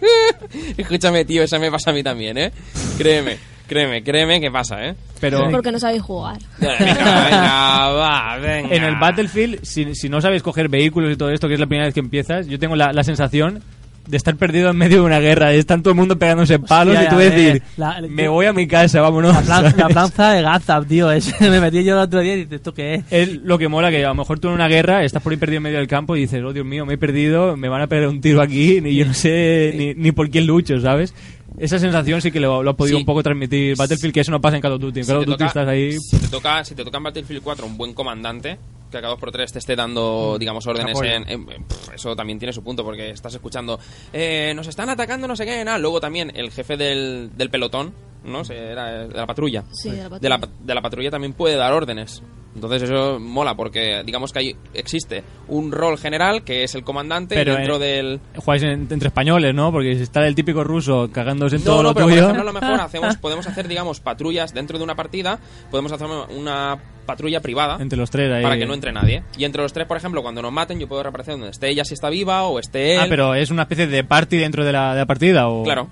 Speaker 2: Escúchame, tío, esa me pasa a mí también, ¿eh? Créeme, créeme, créeme que pasa, ¿eh?
Speaker 6: Pero
Speaker 8: Porque no sabéis jugar.
Speaker 2: Venga, venga, va, venga.
Speaker 6: en el Battlefield, si, si no sabes coger vehículos y todo esto, que es la primera vez que empiezas, yo tengo la, la sensación de estar perdido en medio de una guerra. Están todo el mundo pegándose palos y
Speaker 7: Hostia,
Speaker 6: tú
Speaker 7: ya
Speaker 6: decir,
Speaker 7: ves. La-
Speaker 6: me voy a mi casa, vámonos.
Speaker 7: La, plan- la
Speaker 6: ¿sabes?
Speaker 7: planza de Gazap, tío. es- me metí yo el otro día y dije, ¿esto qué es?
Speaker 6: Es lo que mola, que a lo mejor tú en una guerra estás por ahí perdido en medio del campo y dices, oh Dios mío, me he perdido, me van a pegar un tiro aquí, ni yo no sé ni, ni por quién lucho, ¿sabes? Esa sensación sí que lo, lo ha podido
Speaker 2: Sí.
Speaker 6: un poco transmitir Battlefield, que eso no pasa en Call of Duty. En
Speaker 2: Si
Speaker 6: Call
Speaker 2: te
Speaker 6: of Duty
Speaker 2: toca-
Speaker 6: estás ahí...
Speaker 2: Si te, toca, si te toca en Battlefield 4 un buen comandante, que a cada 2x3 te esté dando,
Speaker 6: Mm,
Speaker 2: digamos, órdenes
Speaker 4: Apoyo.
Speaker 2: en, en- en- pff, Eso también tiene su punto, porque estás escuchando... eh, nos están atacando, no sé qué, nada. Luego también el jefe del, del pelotón, ¿no? Se- Era eh, de la patrulla.
Speaker 8: Sí, de la
Speaker 2: de la,
Speaker 8: patrulla.
Speaker 2: de la patrulla también puede dar órdenes. Entonces eso mola, porque digamos que hay, existe un rol general, que es el comandante,
Speaker 6: Pero,
Speaker 2: y dentro
Speaker 6: eh,
Speaker 2: del...
Speaker 6: Jugáis en- entre españoles, ¿no? Porque si está el típico ruso cagándose en
Speaker 2: No,
Speaker 6: todo
Speaker 2: no,
Speaker 6: lo
Speaker 2: pero por
Speaker 6: tuyo...
Speaker 2: ejemplo, a lo mejor hacemos, podemos hacer, digamos, patrullas dentro de una partida, podemos hacer una patrulla privada
Speaker 6: Entre los tres ahí...
Speaker 2: para que no entre nadie. Y entre los tres, por ejemplo, cuando nos maten, yo puedo reaparecer donde esté ella si está viva o esté él.
Speaker 6: Ah, pero es una especie de party dentro de la, de la partida o...
Speaker 2: Claro.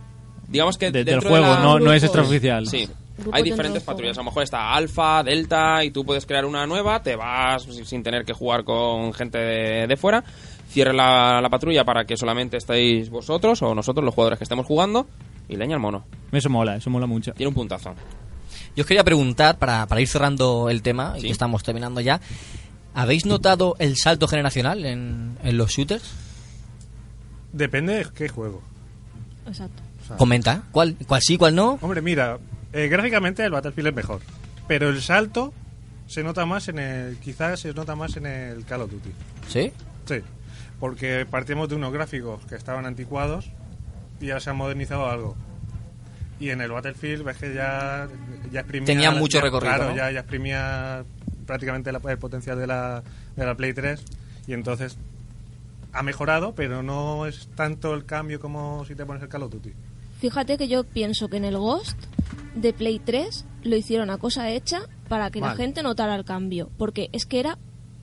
Speaker 2: Digamos que
Speaker 6: de- del
Speaker 2: dentro de
Speaker 6: juego,
Speaker 2: la-
Speaker 6: no, no es
Speaker 8: Grupos.
Speaker 6: extraoficial.
Speaker 2: Sí.
Speaker 8: Grupo
Speaker 2: Hay
Speaker 8: dentro
Speaker 2: diferentes
Speaker 8: del juego.
Speaker 2: patrullas. A lo mejor está alfa, delta, y tú puedes crear una nueva, te vas sin tener que jugar con gente de, de fuera. Cierra la, la patrulla para que solamente estéis vosotros o nosotros, los jugadores que estemos jugando, y leña al mono.
Speaker 6: Eso mola, eso mola mucho.
Speaker 2: Tiene un puntazo.
Speaker 3: Yo os quería preguntar, para, para ir cerrando el tema, y
Speaker 2: Sí.
Speaker 3: que estamos terminando ya, ¿habéis notado el salto generacional en, en los shooters?
Speaker 4: Depende de qué juego.
Speaker 8: Exacto.
Speaker 3: Comenta, ¿eh? ¿cuál, cuál sí, cuál no?
Speaker 4: Hombre, mira, eh, gráficamente el Battlefield es mejor, pero el salto se nota más en el, quizás se nota más en el Call of Duty.
Speaker 3: ¿Sí?
Speaker 4: Sí, porque partimos de unos gráficos que estaban anticuados y ahora se han modernizado algo. Y en el Battlefield ves que ya, ya exprimía...
Speaker 3: Tenía
Speaker 4: la-
Speaker 3: mucho
Speaker 4: ya-
Speaker 3: recorrido,
Speaker 4: Claro,
Speaker 3: ¿no?
Speaker 4: ya, ya exprimía prácticamente la- el potencial de la, de la Play 3 y entonces ha mejorado, pero no es tanto el cambio como si te pones el Call of Duty.
Speaker 8: Fíjate que yo pienso que en el Ghost de Play 3 lo hicieron a cosa hecha para que la gente notara el cambio, porque es que era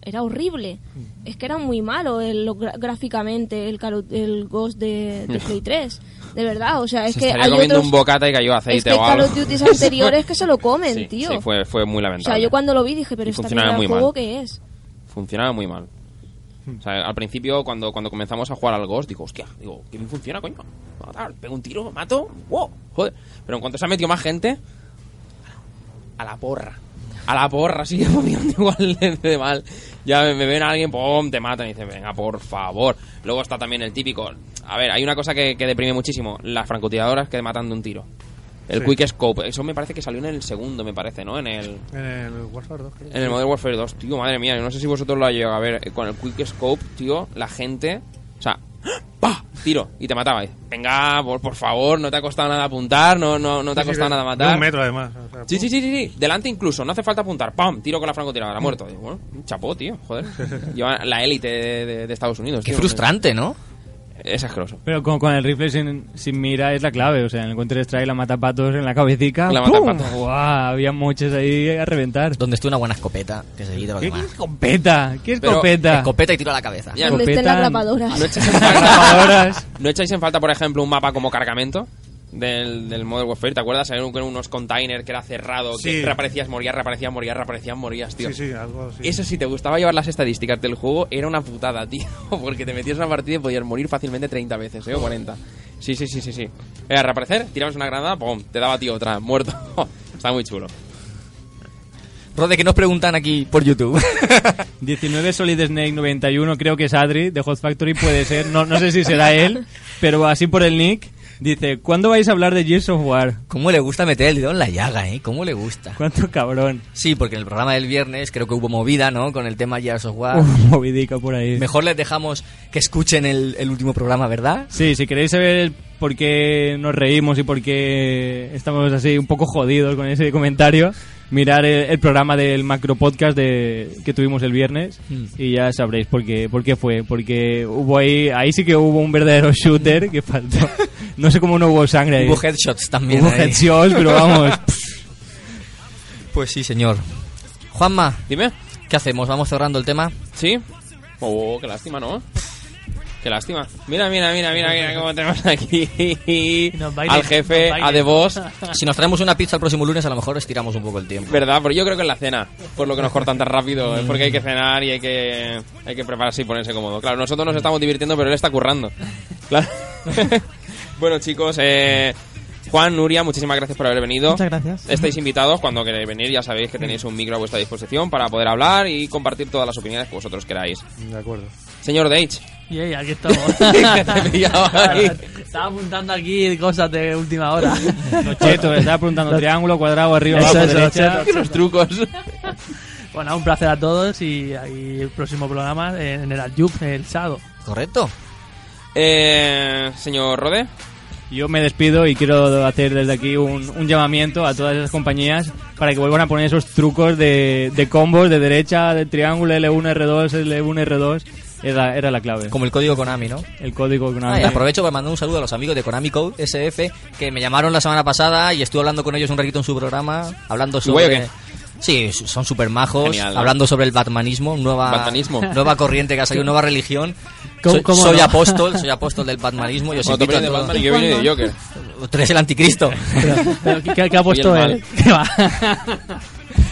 Speaker 8: era horrible, es que era muy malo el- lo gra- gráficamente el, Call of- el Ghost de, de Play 3, de verdad, o sea, Ah, es
Speaker 2: Se
Speaker 8: que
Speaker 2: estaría
Speaker 8: hay
Speaker 2: comiendo
Speaker 8: otros,
Speaker 2: un bocata y cayó aceite
Speaker 8: es que hay
Speaker 2: o
Speaker 8: Call
Speaker 2: algo.
Speaker 8: of Duty anteriores que se lo comen,
Speaker 2: sí,
Speaker 8: tío.
Speaker 2: sí, fue, fue muy
Speaker 8: o
Speaker 2: lamentable.
Speaker 8: sea, yo cuando lo vi dije, pero
Speaker 2: Y
Speaker 8: esta
Speaker 2: funcionaba
Speaker 8: mierda de
Speaker 2: muy
Speaker 8: juego
Speaker 2: mal.
Speaker 8: que es.
Speaker 2: funcionaba muy mal. O sea, al principio, cuando, cuando comenzamos a jugar al Ghost, digo, hostia, digo, que bien funciona, coño. Matar, Pego un tiro, mato, wow, joder. Pero en cuanto se ha metido más gente, a la porra. A la porra, sigue funcionando igual de, de mal. Ya me, me ven a alguien, pum, te matan y dicen, venga, por favor. Luego está también el típico. A ver, hay una cosa que, que deprime muchísimo: las francotiradores que te matan de un tiro. El
Speaker 4: Sí.
Speaker 2: Quick Scope. Eso me parece que salió en el segundo, me parece, ¿no? En el,
Speaker 4: En el Warfare 2, creo.
Speaker 2: en el Modern Warfare 2. Tío, madre mía, yo no sé si vosotros lo llegáis a ver. eh, Con el Quick Scope, tío, la gente... O sea... ¡Pah! Tiro. Y te mataba. Y, Venga, por, por favor, no te ha costado nada apuntar, no, no, no te ha
Speaker 4: Sí, sí,
Speaker 2: costado
Speaker 4: de-
Speaker 2: nada
Speaker 4: de
Speaker 2: matar.
Speaker 4: un metro, además. o sea,
Speaker 2: Sí,
Speaker 4: pum.
Speaker 2: sí, sí, sí, sí. Delante incluso, no hace falta apuntar. ¡Pam! Tiro con la
Speaker 4: Mm.
Speaker 2: francotiradora, muerto. Digo, bueno, chapó, tío, joder. Lleva la élite de, de- de Estados Unidos.
Speaker 3: Qué
Speaker 2: tío.
Speaker 3: frustrante, ¿no?
Speaker 2: Es asqueroso.
Speaker 6: Pero con, con el rifle sin, sin mira es la clave. O sea, en el Counter-Strike la matapatos en la cabecita.
Speaker 2: La
Speaker 6: ¡pum!
Speaker 2: matapatos.
Speaker 6: ¡Guau! Había muchos ahí a reventar.
Speaker 3: Donde esté una buena escopeta que se quite lo
Speaker 6: ¿Qué,
Speaker 3: demás.
Speaker 6: escopeta? ¿Qué
Speaker 2: Pero-
Speaker 6: escopeta?
Speaker 3: Escopeta y tiro a la cabeza.
Speaker 2: Ya,
Speaker 8: Donde estén las
Speaker 6: Copetan.
Speaker 2: ¿No
Speaker 8: grabadoras.
Speaker 2: echáis en falta,
Speaker 6: Grabadoras.
Speaker 2: ¿no echáis en falta, por ejemplo, un mapa como cargamento? Del, del Modern Warfare, ¿te acuerdas? Eran un- unos containers que era cerrado, que
Speaker 4: Sí.
Speaker 2: reaparecías, morías, reaparecías, morías, reaparecías, morías, tío.
Speaker 4: Sí, sí, algo así.
Speaker 2: Eso si te gustaba llevar las estadísticas del juego, era una putada, tío. Porque te metías en una partida y podías morir fácilmente 30 veces, ¿eh? O 40. Sí, sí, sí, sí, sí. Era reaparecer, tirabas una granada, pum, te daba tío otra, muerto. Está muy chulo.
Speaker 3: Rode, que nos preguntan aquí por YouTube.
Speaker 6: 19 Solid Snake 91, creo que es Adri, de Hot Factory, puede ser. No, no sé si será él, pero así por el nick. Dice, ¿cuándo vais a hablar de Gears of War?
Speaker 3: ¿Cómo le gusta meter el dedo en la llaga, eh? ¿Cómo le gusta?
Speaker 6: ¿Cuánto cabrón?
Speaker 3: Sí, porque en el programa del viernes creo que hubo movida, ¿no? Con el tema Gears of War.
Speaker 6: Uf, movidica por ahí.
Speaker 3: Mejor les dejamos que escuchen el, el último programa, ¿verdad?
Speaker 6: Sí, si queréis saber por qué nos reímos y por qué estamos así un poco jodidos con ese comentario, mirar el, el programa del macro podcast de, que tuvimos el viernes
Speaker 3: Mm.
Speaker 6: y ya sabréis por qué, por qué fue. Porque hubo ahí, ahí sí que hubo un verdadero shooter que faltó. No sé cómo no hubo sangre ahí.
Speaker 3: Hubo headshots también.
Speaker 6: Hubo
Speaker 3: ahí.
Speaker 6: headshots, pero vamos.
Speaker 3: Pues sí, señor. Juanma,
Speaker 2: Dime.
Speaker 3: ¿qué hacemos? ¿Vamos cerrando el tema?
Speaker 2: ¿Sí? Oh, qué lástima, ¿no? Qué lástima. Mira, mira, mira, mira, mira cómo tenemos aquí
Speaker 7: nos bailen,
Speaker 2: al jefe,
Speaker 7: nos bailen.
Speaker 2: a The Boss.
Speaker 3: Si nos traemos una pizza el próximo lunes, a lo mejor estiramos un poco el tiempo.
Speaker 2: ¿Verdad? Porque yo creo que en la cena, por lo que nos cortan tan rápido, es porque hay que cenar y hay que, hay que prepararse y ponerse cómodo. Claro, nosotros nos estamos divirtiendo, pero él está currando. Claro. bueno, chicos, eh, Juan, Nuria, muchísimas gracias por haber venido.
Speaker 5: Muchas gracias.
Speaker 2: Estáis invitados cuando queréis venir, ya sabéis que tenéis un micro a vuestra disposición para poder hablar y compartir todas las opiniones que vosotros queráis.
Speaker 4: De acuerdo.
Speaker 2: Señor Deitch,
Speaker 7: Y ella, aquí estamos.
Speaker 2: he pillado ahí.
Speaker 7: Estaba apuntando aquí cosas de última hora.
Speaker 6: Los chetos, le estaba preguntando triángulo, cuadrado, arriba,
Speaker 7: Eso,
Speaker 6: abajo,
Speaker 7: eso,
Speaker 6: derecha.
Speaker 7: chetos.
Speaker 2: unos trucos.
Speaker 7: Bueno, un placer a todos y, ahí el próximo programa en el Adyuk el sábado.
Speaker 3: ¿Correcto?
Speaker 2: Eh, señor Rode,
Speaker 6: Yo me despido y quiero hacer desde aquí un, un llamamiento a todas esas compañías para que vuelvan a poner esos trucos de, de combos de derecha, de triángulo, L1, R2, L1, R2. Era, era la clave.
Speaker 3: Como el código Konami, ¿no?
Speaker 6: El código que una
Speaker 3: Ah, y
Speaker 6: vez-
Speaker 3: aprovecho para mandar un saludo a los amigos de Konami Code SF que me llamaron la semana pasada y estuve hablando con ellos un ratito en su programa, hablando
Speaker 2: ¿Guay o
Speaker 3: sobre...
Speaker 2: qué?
Speaker 3: Sí, su- son súper majos,
Speaker 2: Genial, ¿no?
Speaker 3: hablando sobre el batmanismo, nueva,
Speaker 2: Batmanismo.
Speaker 3: nueva corriente que ha salido, nueva religión.
Speaker 7: ¿Cómo-
Speaker 3: soy
Speaker 7: cómo
Speaker 3: soy
Speaker 7: no?
Speaker 3: apóstol, soy apóstol del batmanismo. Yo os
Speaker 2: Cuando te
Speaker 3: invito a
Speaker 2: vienes de
Speaker 3: todos.
Speaker 2: Batman y yo vine de Joker.
Speaker 3: Tú eres el anticristo.
Speaker 7: Pero, pero ¿qué- ¿qué, qué ha puesto
Speaker 2: Soy el
Speaker 7: él? ¿Qué va?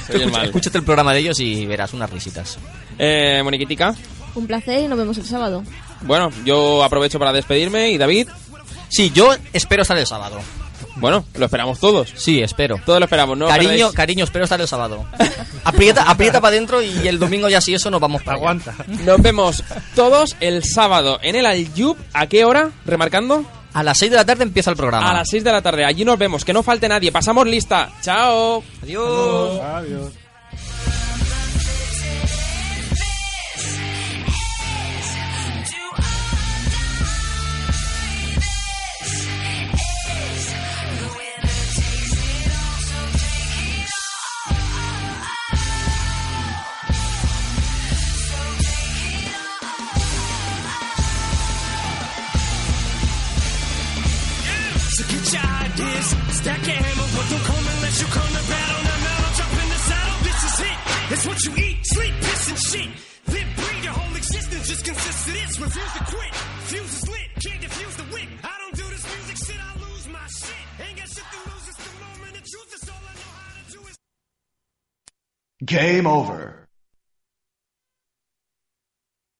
Speaker 2: Soy el mal.
Speaker 3: Escúchate el programa de ellos y verás unas risitas.
Speaker 2: Eh, Moniquitica.
Speaker 8: Un placer y nos vemos el sábado.
Speaker 2: Bueno, yo aprovecho para despedirme y David,
Speaker 3: Sí, yo espero estar el sábado.
Speaker 2: bueno, lo esperamos todos.
Speaker 3: Sí, espero.
Speaker 2: Todos lo esperamos, ¿no?
Speaker 3: cariño,
Speaker 2: perdáis-
Speaker 3: cariño, espero estar el sábado. Aprieta, aprieta para adentro y el domingo ya si eso nos vamos para allá.
Speaker 4: Aguanta.
Speaker 2: Nos vemos todos el sábado en el Aljub. ¿A qué hora? Remarcando.
Speaker 3: A las 6 de la tarde empieza el programa.
Speaker 2: A las 6 de la tarde. Allí nos vemos. Que no falte nadie. Pasamos lista. Chao.
Speaker 3: Adiós.
Speaker 4: Adiós.
Speaker 9: So get your ideas, stack your hammer, but don't come unless you come to battle. Now, now don't jump in the saddle, this is it. It's what you eat, sleep, piss, and shit. Live, breathe, your whole existence just consists of this. Refuse to quit, fuse is lit, can't diffuse the wick. I don't do this music shit, I lose my shit. Ain't got shit to lose, it's the moment, the truth is all I know how to do is
Speaker 10: Game over.